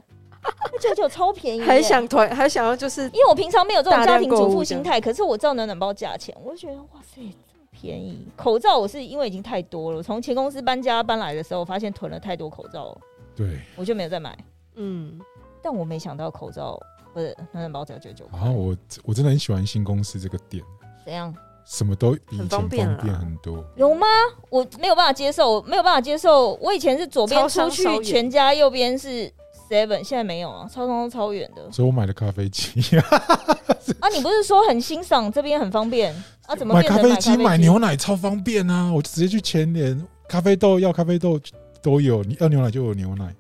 Speaker 3: 九十九超便宜、
Speaker 4: 还。想团，还想要就是
Speaker 3: 因为我平常没有这种家庭主妇心
Speaker 4: 大
Speaker 3: 态，可是我知道暖暖包价钱，我就觉得哇塞，这么便宜。口罩我是因为已经太多了，我从前公司搬家搬来的时候，发现囤了太多口罩了，
Speaker 1: 对，
Speaker 3: 我就没有再买。
Speaker 4: 嗯，
Speaker 3: 但我没想到口罩不是暖暖包只要九九块
Speaker 1: 然，后啊我我真的很喜欢新公司这个店，
Speaker 3: 怎样？
Speaker 1: 什么都比以前
Speaker 4: 很
Speaker 1: 方
Speaker 4: 方
Speaker 1: 便啊
Speaker 4: 便啦
Speaker 1: 很多，
Speaker 3: 有吗？我没有办法接受，我没有办法接受。我以前是左边
Speaker 4: 超
Speaker 3: 出
Speaker 4: 商
Speaker 3: 去
Speaker 4: 稍远
Speaker 3: 全家，右边是 Seven，现在没有啊，超超超远的
Speaker 1: 所以我买了咖啡 机，
Speaker 3: 啊！你不是说很欣赏这边很方便啊？怎么
Speaker 1: 买
Speaker 3: 变
Speaker 1: 咖
Speaker 3: 成
Speaker 1: 啡
Speaker 3: 买
Speaker 1: 机买牛奶超方便啊！我就直接去全联，咖啡豆要咖啡豆都有，你要牛奶就有牛奶。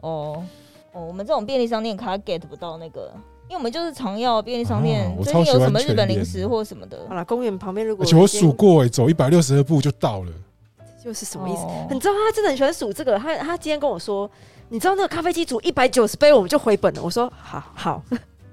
Speaker 3: 哦哦，我们这种便利商店卡 get 不到那个，因为我们就是常要便利商店
Speaker 1: 啊，我
Speaker 3: 最
Speaker 1: 超喜
Speaker 3: 近有什
Speaker 1: 欢
Speaker 3: 么
Speaker 1: 全
Speaker 3: 日本零
Speaker 1: 联
Speaker 3: 食
Speaker 1: 的
Speaker 3: 或什么的，
Speaker 4: 好了，公园旁边如果
Speaker 1: 而且我
Speaker 4: 有一间
Speaker 1: 数过、欸，走一百六十二步就到了。
Speaker 4: 就是什么意思？
Speaker 3: 哦
Speaker 4: 你知道他真的很喜欢数这个，他他今天跟我说，你知道那个咖啡机煮一百九十杯，我们就回本了。我说好好，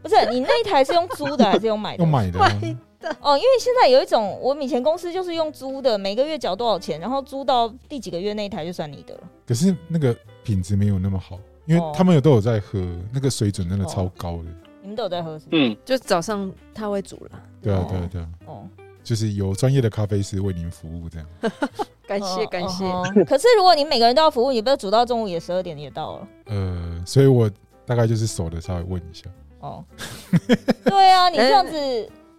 Speaker 3: 不是你那一台是用租的还是用买 的
Speaker 1: 要？买的啊、
Speaker 4: 买
Speaker 3: 哦，因为现在有一种，我们以前公司就是用租的，每个月缴多少钱，然后租到第几个月那一台就算你的了。
Speaker 1: 可是那个品质没有那么好，因为
Speaker 3: 哦
Speaker 1: 他们有都有在喝，那个水准真的超高的。
Speaker 3: 你们都有在喝是不是？
Speaker 2: 嗯，
Speaker 4: 就早上他会煮了，
Speaker 1: 对啊
Speaker 3: 哦，
Speaker 1: 对啊，对啊，
Speaker 3: 哦，
Speaker 1: 就是有专业的咖啡师为您服务这样。
Speaker 4: 感谢感谢。
Speaker 3: 哦哦 可是如果你每个人都要服务，你不要煮到中午也十二点也到了
Speaker 1: 呃，所以我大概就是熟的稍微问一下。
Speaker 3: 哦。对啊，你这样子，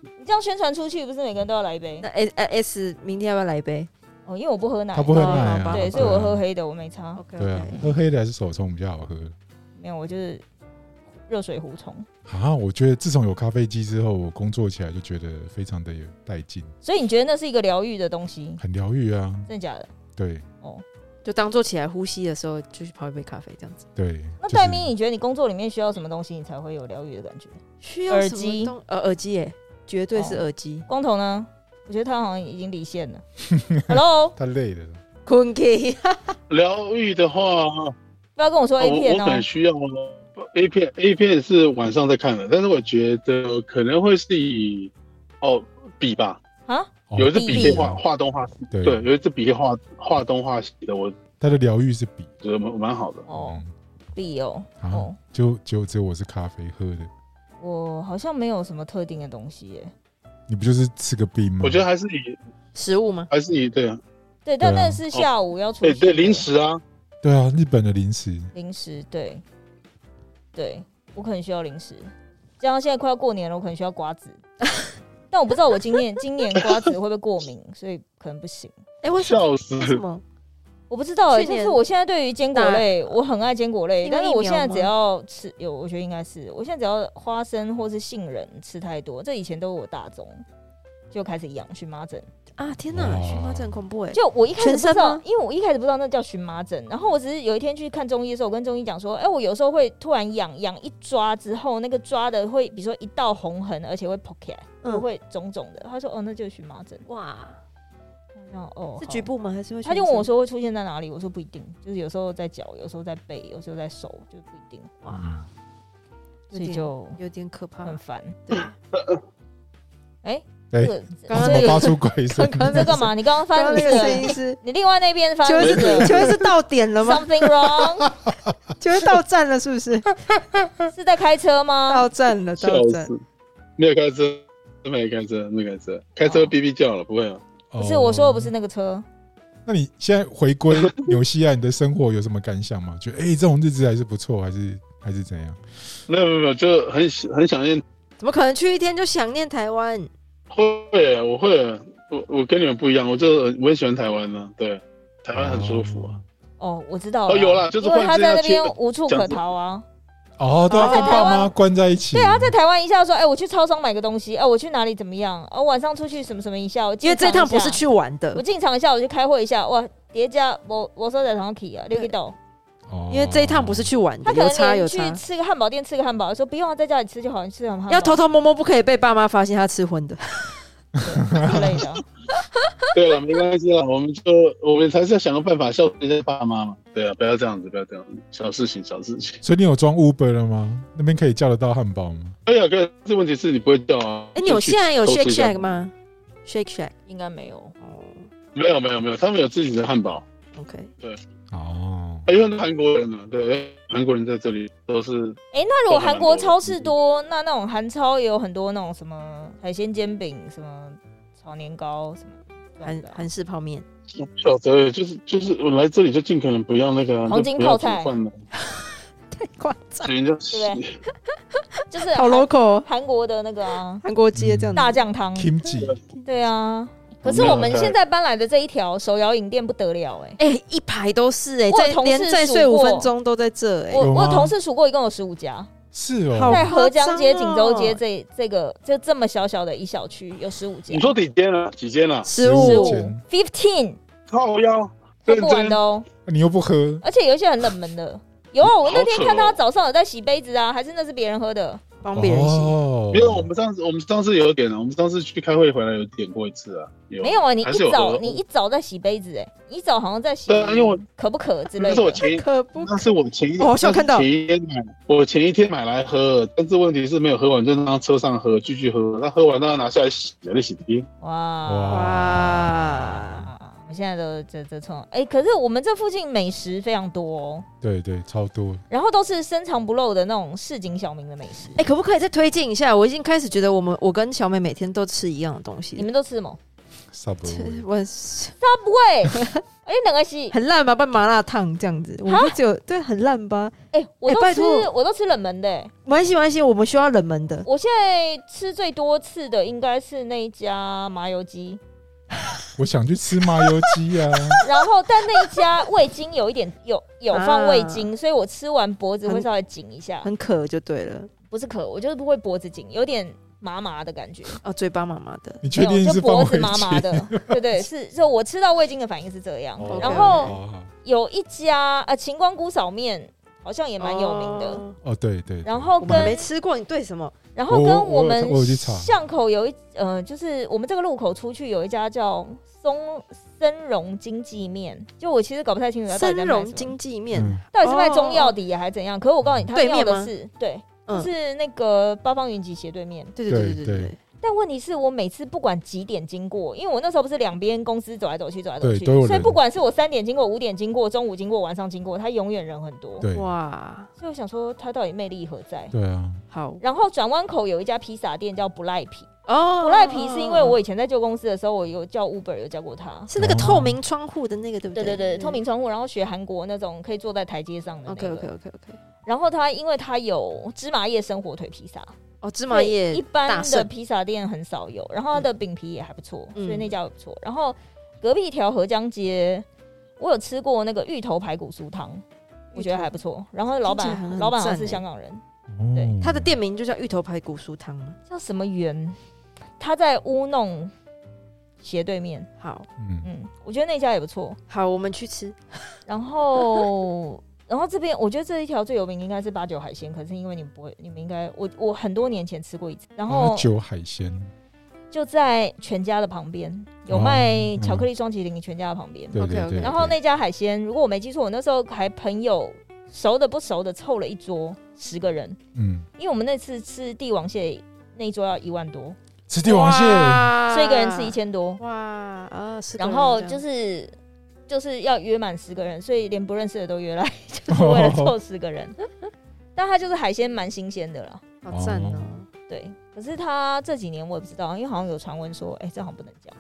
Speaker 3: 你这样宣传出去，不是每个人都要来一杯
Speaker 4: 哎那 S 呃 S 明天要不要来一杯
Speaker 3: 哦？因为我不喝奶，
Speaker 1: 他不喝
Speaker 4: 哦
Speaker 1: 奶
Speaker 4: 好吧
Speaker 1: 啊，
Speaker 3: 对，
Speaker 4: 好吧
Speaker 3: 所以我喝黑的，我没差。
Speaker 4: ？OK
Speaker 1: 对啊，喝黑的还是手冲比较好喝
Speaker 3: 没有，我就是热水壶冲。
Speaker 1: 啊。我觉得自从有咖啡机之后，我工作起来就觉得非常的有带劲，
Speaker 3: 所以你觉得那是一个疗愈的东西，
Speaker 1: 很疗愈啊。
Speaker 3: 真的假的？
Speaker 1: 对
Speaker 3: 哦，
Speaker 4: 就当做起来呼吸的时候，就去泡一杯咖啡这样子。
Speaker 1: 对，
Speaker 3: 那
Speaker 1: 就是
Speaker 3: 戴咪，你觉得你工作里面需要什么东西，你才会有疗愈的感觉？
Speaker 4: 需
Speaker 3: 要什么东
Speaker 4: 呃耳机耶，绝对是
Speaker 3: 哦
Speaker 4: 耳机。
Speaker 3: 光头呢？我觉得他好像已经离 线了。Hello，
Speaker 1: 太累了。
Speaker 4: 坤 K，
Speaker 2: 疗愈的话，
Speaker 3: 不要跟我说 A
Speaker 2: 啊我
Speaker 3: 片
Speaker 2: 我
Speaker 3: 哦、
Speaker 2: 很需要 A 片，A 片是晚上在看的，但是我觉得可能会是以哦笔吧，
Speaker 3: 啊！
Speaker 1: 哦
Speaker 2: 有一支笔可以
Speaker 3: 电
Speaker 2: 画画东画西，
Speaker 1: 对
Speaker 2: 对，有一支笔可以画画东画西的，我
Speaker 1: 他的疗愈是笔
Speaker 2: 觉得蛮蛮好的。
Speaker 3: 哦
Speaker 1: 哦，，
Speaker 3: 必哦
Speaker 1: 嗯
Speaker 3: 哦
Speaker 1: 啊，，就就只有我是咖啡喝的，
Speaker 3: 我好像没有什么特定的东西耶。
Speaker 1: 你不就是吃个冰吗？
Speaker 2: 我觉得还是以
Speaker 4: 食物吗？
Speaker 2: 还是以对啊，
Speaker 3: 对，但
Speaker 1: 对啊
Speaker 3: 那是下午要出
Speaker 2: 对
Speaker 3: 去的、
Speaker 2: 对零食啊，
Speaker 1: 对啊，日本的零食
Speaker 3: 零食，对，对我可能需要零食。这样现在快要过年了，我可能需要 瓜子，但我不知道我今年今年瓜子会不会过敏，所以可能不行。
Speaker 4: 哎，为什么？
Speaker 2: 笑 死
Speaker 4: 为。什么？
Speaker 3: 我不知道、欸，
Speaker 4: 去
Speaker 3: 就
Speaker 4: 年啊
Speaker 3: 是我现在对于坚果类，我很爱坚果类，
Speaker 4: 因为
Speaker 3: 但是我
Speaker 4: 疫
Speaker 3: 现
Speaker 4: 苗
Speaker 3: 在
Speaker 4: 吗
Speaker 3: 只要吃有，我觉得应该是，我现在只要花生或是杏仁吃太多，这以前都是我大宗就开始痒荨麻疹，
Speaker 4: 啊天哪，
Speaker 1: 哇
Speaker 4: 荨麻疹很恐怖哎！
Speaker 3: 就我一开始不知
Speaker 4: 全身
Speaker 3: 道
Speaker 4: 吗，
Speaker 3: 因为我一开始不知道那叫荨麻疹，然后我只是有一天去看中医的时候，我跟中医讲说，哎、我有时候会突然痒，痒一抓之后，那个抓的会，比如说一道红痕，而且会 p 起来，
Speaker 4: 嗯
Speaker 3: 就会肿肿的。他说，哦，那就是荨麻疹。
Speaker 4: 哇，
Speaker 3: 然后哦，
Speaker 4: 是
Speaker 3: 好
Speaker 4: 局部吗？还是会？
Speaker 3: 他就问我，说会出现在哪里？我说不一定，就是有时候在脚，有时候在背，有时候在手，就不一定，
Speaker 4: 哇，
Speaker 1: 嗯
Speaker 3: 所以就
Speaker 4: 有点可怕
Speaker 3: 很。烦。 哎
Speaker 4: 对，
Speaker 1: 哎
Speaker 3: 这，个
Speaker 4: 哎刚刚
Speaker 1: 怎么
Speaker 4: 那个
Speaker 1: 发出鬼声？
Speaker 4: 刚
Speaker 3: 你在干嘛？你刚刚发
Speaker 4: 刚
Speaker 3: 生
Speaker 4: 刚
Speaker 3: 什
Speaker 4: 那
Speaker 3: 么
Speaker 4: 个声音
Speaker 3: 事？
Speaker 4: 是，
Speaker 3: 你另外那边发
Speaker 4: 就
Speaker 3: 生
Speaker 4: 是
Speaker 3: 什 么事
Speaker 4: 就是到点了 吗？
Speaker 3: ？Something wrong？
Speaker 4: 就是到站了，是不是？
Speaker 3: 是在开车吗？
Speaker 4: 到站了，
Speaker 2: 笑
Speaker 4: 到站。
Speaker 2: 死！没有开车，没有开车，没有开车，开车
Speaker 3: 哦
Speaker 2: 哔哔叫了，不会啊。
Speaker 1: 不
Speaker 3: 不是，我说的不是。那个车。
Speaker 1: 那你现在回归 纽西兰，你的生活有什么感想吗？觉得哎、这种日子还是不错，还是还是怎样？
Speaker 2: 没有没有没有，就很很想念。
Speaker 4: 怎么可能去一天就想念台湾？
Speaker 2: 会，我会，我我跟你们不一样，我就我很喜欢台湾呢、对，台湾很舒服啊。
Speaker 3: 哦，我知道
Speaker 2: 哦
Speaker 3: 了。
Speaker 2: 有啦就是
Speaker 3: 因为
Speaker 2: 忽
Speaker 3: 他
Speaker 2: 然之间
Speaker 3: 在
Speaker 2: 要
Speaker 3: 那边
Speaker 2: 切 了
Speaker 3: 无处
Speaker 2: 这
Speaker 3: 可
Speaker 2: 样子
Speaker 3: 逃啊。
Speaker 1: 哦，对啊，
Speaker 4: 哦
Speaker 1: 跟爸妈关在一起。
Speaker 4: 啊
Speaker 3: 对，他在台湾一下说，哎，我去超商买个东西，哎，我去哪里怎么样？哦，晚上出去什么什么一下，我
Speaker 4: 因为这
Speaker 3: 进场
Speaker 4: 趟
Speaker 3: 一
Speaker 4: 不是
Speaker 3: 下
Speaker 4: 去玩
Speaker 3: 我
Speaker 4: 的，
Speaker 3: 进场一下，我去开会一下，哇，叠加我我说在床上 k 啊，六个豆。
Speaker 1: 哦
Speaker 4: 因为这一趟不是去玩
Speaker 3: 他
Speaker 4: 的，
Speaker 3: 可
Speaker 4: 有
Speaker 3: 能
Speaker 4: 差有
Speaker 3: 连
Speaker 4: 差
Speaker 3: 去。吃个汉堡店吃个汉堡，说不用啊，在家里吃就好，你吃什么汉堡
Speaker 4: 要偷偷摸摸，不可以被爸妈发现他吃荤的。
Speaker 3: 之类的。
Speaker 2: 对了，没关系啦，我们就我们才是要想个办法孝顺一下爸妈嘛。对啊，不要这样子，不要这样子，小事情，小事情。
Speaker 1: 所以你有装 Uber 了吗？那边可以叫得到汉堡吗？
Speaker 2: 可以啊，可以啊。这问题是你不会叫啊。
Speaker 4: 哎，纽西兰有
Speaker 2: 都
Speaker 4: Shake
Speaker 2: 是这样
Speaker 4: Shack 吗？Shake Shack，
Speaker 3: 应该没有，
Speaker 4: 哦
Speaker 2: 没有没有没有，他们有自己的汉堡，
Speaker 4: ，OK，
Speaker 1: 哦，
Speaker 2: 因为很多韩国人呢、啊，对，韩国人在这里都是
Speaker 3: 哎、那如果韩国超市多，那那种韩超也有很多那种什么海鲜煎饼、什么炒年糕什么这
Speaker 4: 韩
Speaker 3: 种的啊，
Speaker 4: 韩式泡面。
Speaker 2: 小泽，哦就是就是我来这里就尽可能不要那个啊
Speaker 3: 黄金
Speaker 2: 就不要
Speaker 3: 泡菜
Speaker 2: 煮饭了，
Speaker 4: 太夸张，
Speaker 2: 人家
Speaker 3: 对就是
Speaker 4: 好
Speaker 3: 韩
Speaker 4: local，哦
Speaker 3: 韩国的那个啊
Speaker 4: 韩国街这样子。
Speaker 3: 大酱汤，
Speaker 1: ，Kimchi
Speaker 4: 嗯
Speaker 3: 对啊。可是我们现在搬来的这一条手摇饮店不得了哎、
Speaker 4: 哎，一排都是哎，
Speaker 3: 我有
Speaker 4: 在
Speaker 3: 同事
Speaker 4: 连再
Speaker 3: 数
Speaker 4: 睡五
Speaker 3: 过
Speaker 4: 分钟都在这哎。
Speaker 1: 有
Speaker 3: 我
Speaker 1: 吗
Speaker 3: 我同事数过，一共有十五家，
Speaker 1: 是
Speaker 4: 好
Speaker 1: 哦，
Speaker 3: 在河江街、
Speaker 4: 夸
Speaker 3: 锦
Speaker 4: 张哦
Speaker 3: 州街这这个就这么小小的一小区有十五家
Speaker 2: 你，说几间啊？几间啊？
Speaker 4: 十
Speaker 1: 15
Speaker 4: 五
Speaker 1: 间，间
Speaker 3: fifteen
Speaker 2: 靠腰，
Speaker 3: 喝
Speaker 2: 认
Speaker 3: 不完
Speaker 2: 真
Speaker 3: 的哦，
Speaker 1: 你又不喝，
Speaker 3: 而且有一些很冷门的。有啊，我那天
Speaker 2: 好扯哦
Speaker 3: 看他早上有在洗杯子啊，还是那是别人喝的。
Speaker 4: 帮别人洗。
Speaker 1: 哦
Speaker 2: 因为我们上次我们上次有点啊，我们上次去开会回来有点过一次啊，有
Speaker 3: 没有啊，你
Speaker 2: 还是
Speaker 3: 一
Speaker 2: 有
Speaker 3: 早
Speaker 2: 喝
Speaker 3: 你一早在洗杯子哎、你一早好像在洗
Speaker 2: 对啊因为我
Speaker 3: 可不可之类
Speaker 2: 那是我
Speaker 3: 的。哦
Speaker 2: 前一
Speaker 4: 可不
Speaker 2: 那是我前一
Speaker 4: 我好像
Speaker 2: 那是
Speaker 4: 看到
Speaker 2: 前一天买，我前一天买来喝，但是问题是没有喝完，就让车上喝，继续喝，那喝完让他拿下来洗，那洗涤。
Speaker 3: 哇
Speaker 4: 哇！
Speaker 3: 我们现在都这这冲哎，可是我们这附近美食非常多、哦，
Speaker 1: 对对，超多，
Speaker 3: 然后都是深藏不露的那种市井小民的美食。
Speaker 4: 哎，可不可以再推荐一下？我已经开始觉得我们我跟小美每天都吃一样的东
Speaker 3: 你
Speaker 4: 西。
Speaker 3: 们都吃什么？嗯
Speaker 1: Subway，
Speaker 4: 我
Speaker 3: Subway，哎，哪个是？
Speaker 4: 很烂吧？拌麻辣烫这样子，我们只有对很烂吧？
Speaker 3: 哎，我
Speaker 4: 哎
Speaker 3: 都
Speaker 4: 拜
Speaker 3: 吃
Speaker 4: 托
Speaker 3: 我都吃冷门的欸。
Speaker 4: 没关系，没关系，我们需要冷门的。
Speaker 3: 我现在吃最多次的应该是那一家麻油 鸡，
Speaker 1: 我想去吃麻油鸡啊！
Speaker 3: 然后但那一家味精有一点有有放味精，所以我吃完脖子会
Speaker 4: 啊很
Speaker 3: 稍微紧一下，
Speaker 4: 很渴就对了，
Speaker 3: 不是渴，我就是不会脖子紧，有点麻麻的 感觉，
Speaker 4: 哦，嘴巴麻麻的，
Speaker 1: 你确
Speaker 3: 没有
Speaker 1: 定
Speaker 3: 就是脖
Speaker 1: 放
Speaker 3: 子
Speaker 1: 回
Speaker 3: 麻麻
Speaker 1: 去？
Speaker 3: 的， 对对是，就我吃到味精的反应是这样。
Speaker 1: 哦
Speaker 3: 然
Speaker 1: 好
Speaker 3: 后
Speaker 1: 好好
Speaker 3: 有一家呃秦光菇炒面好像也蛮有名的，
Speaker 4: 哦
Speaker 1: 哦，对对，对
Speaker 3: 然后
Speaker 4: 我们还
Speaker 3: 跟
Speaker 4: 没吃过，你对什么？
Speaker 3: 然后
Speaker 1: 我
Speaker 3: 跟
Speaker 1: 我有
Speaker 3: 们
Speaker 1: 我有去查
Speaker 3: 巷口有一呃，就是我们这个路口出去有一家叫松森荣经济面，就我其实搞不太清楚它到底在
Speaker 4: 生
Speaker 3: 卖什
Speaker 4: 荣
Speaker 3: 么
Speaker 4: 经济面，
Speaker 1: 嗯，
Speaker 3: 到底是卖中药底还是怎样。可是我告诉你，他
Speaker 4: 对面
Speaker 3: 要的
Speaker 4: 吗
Speaker 3: 是对，
Speaker 4: 嗯
Speaker 3: 是那个八方云集斜对面。
Speaker 4: 对对对
Speaker 1: 对
Speaker 4: 对
Speaker 1: 对
Speaker 4: 对
Speaker 3: 但问题是我每次不管几点经过，因为我那时候不是两边公司走来走去，走来走
Speaker 1: 对
Speaker 3: 去，
Speaker 1: 都有
Speaker 3: 所以
Speaker 1: 人
Speaker 3: 不管是我三点经过、五点经过、中午经过、晚上经过，他永远人很多。
Speaker 1: 对
Speaker 4: 对，哇，
Speaker 3: 所以我想说，他到底魅力何在？
Speaker 1: 对啊，
Speaker 4: 好
Speaker 3: 然后转弯口有一家披萨店叫不赖皮，
Speaker 4: 哦，
Speaker 3: 不赖皮是因为我以前在旧公司的时候，我有叫 Uber 有叫过他。
Speaker 4: 是那个
Speaker 1: 哦
Speaker 4: 透明窗户的那个，对嗯不
Speaker 3: 对对
Speaker 4: 对
Speaker 3: 对，透。明窗户，然后学韩国那种可以坐在台阶上的那
Speaker 4: OK
Speaker 3: 个。
Speaker 4: OK OK OK，
Speaker 3: 然后他因为他有芝麻叶生火腿披萨，
Speaker 4: 哦，芝
Speaker 3: 芝
Speaker 4: 麻叶
Speaker 3: 一般
Speaker 4: 大
Speaker 3: 的
Speaker 4: 圣
Speaker 3: 披萨店很少有，然后他的饼皮也还不错，
Speaker 4: 嗯
Speaker 3: 所以那家也不错。然后隔壁一条河江街，我有吃过那个芋头排骨酥汤，我觉得还不错。然后老
Speaker 4: 听起来
Speaker 3: 板
Speaker 4: 很
Speaker 3: 老板好像
Speaker 4: 赞
Speaker 3: 是
Speaker 4: 欸
Speaker 3: 香港人，
Speaker 1: 哦
Speaker 3: 对
Speaker 4: 它的店名就叫芋头排骨酥汤嘛。
Speaker 3: 叫什么园？他在乌弄斜对面，
Speaker 4: 好
Speaker 1: 嗯，
Speaker 3: 嗯，我觉得那家也不错。
Speaker 4: 好，我们去吃。
Speaker 3: 然后， 然后这边我觉得这一条最有名应该是八九海鲜，可是因为你们不会，你们应该我我很多年前吃过一次，然
Speaker 1: 八
Speaker 3: 后
Speaker 1: 九海鲜，
Speaker 3: 就在全家的旁边有
Speaker 1: 哦
Speaker 3: 卖
Speaker 1: 嗯
Speaker 3: 巧克力双麒麟，全家的旁边。
Speaker 1: 对对
Speaker 4: OK，OK
Speaker 1: 对，
Speaker 3: 哦然后
Speaker 1: 对
Speaker 3: 那家海鲜，如果我没记错，我那时候还朋友熟的不熟的凑了一桌十个人，
Speaker 1: 嗯，
Speaker 3: 因为我们那次吃帝王蟹那一桌要一万多，
Speaker 1: 吃帝王蟹，
Speaker 4: 哇
Speaker 3: 所以一个人吃一。千多，
Speaker 4: 哇啊，是。
Speaker 3: 然后就是。就是要约满十个人，所以连不认识的 都约来，就是为了
Speaker 1: 哦
Speaker 3: 凑十个人。但它就是海鲜蛮新鲜的啦，
Speaker 4: 好赞哦。
Speaker 3: 对。可是它这几年我也不知道，因为好像有传闻说，哎、这好像不能讲。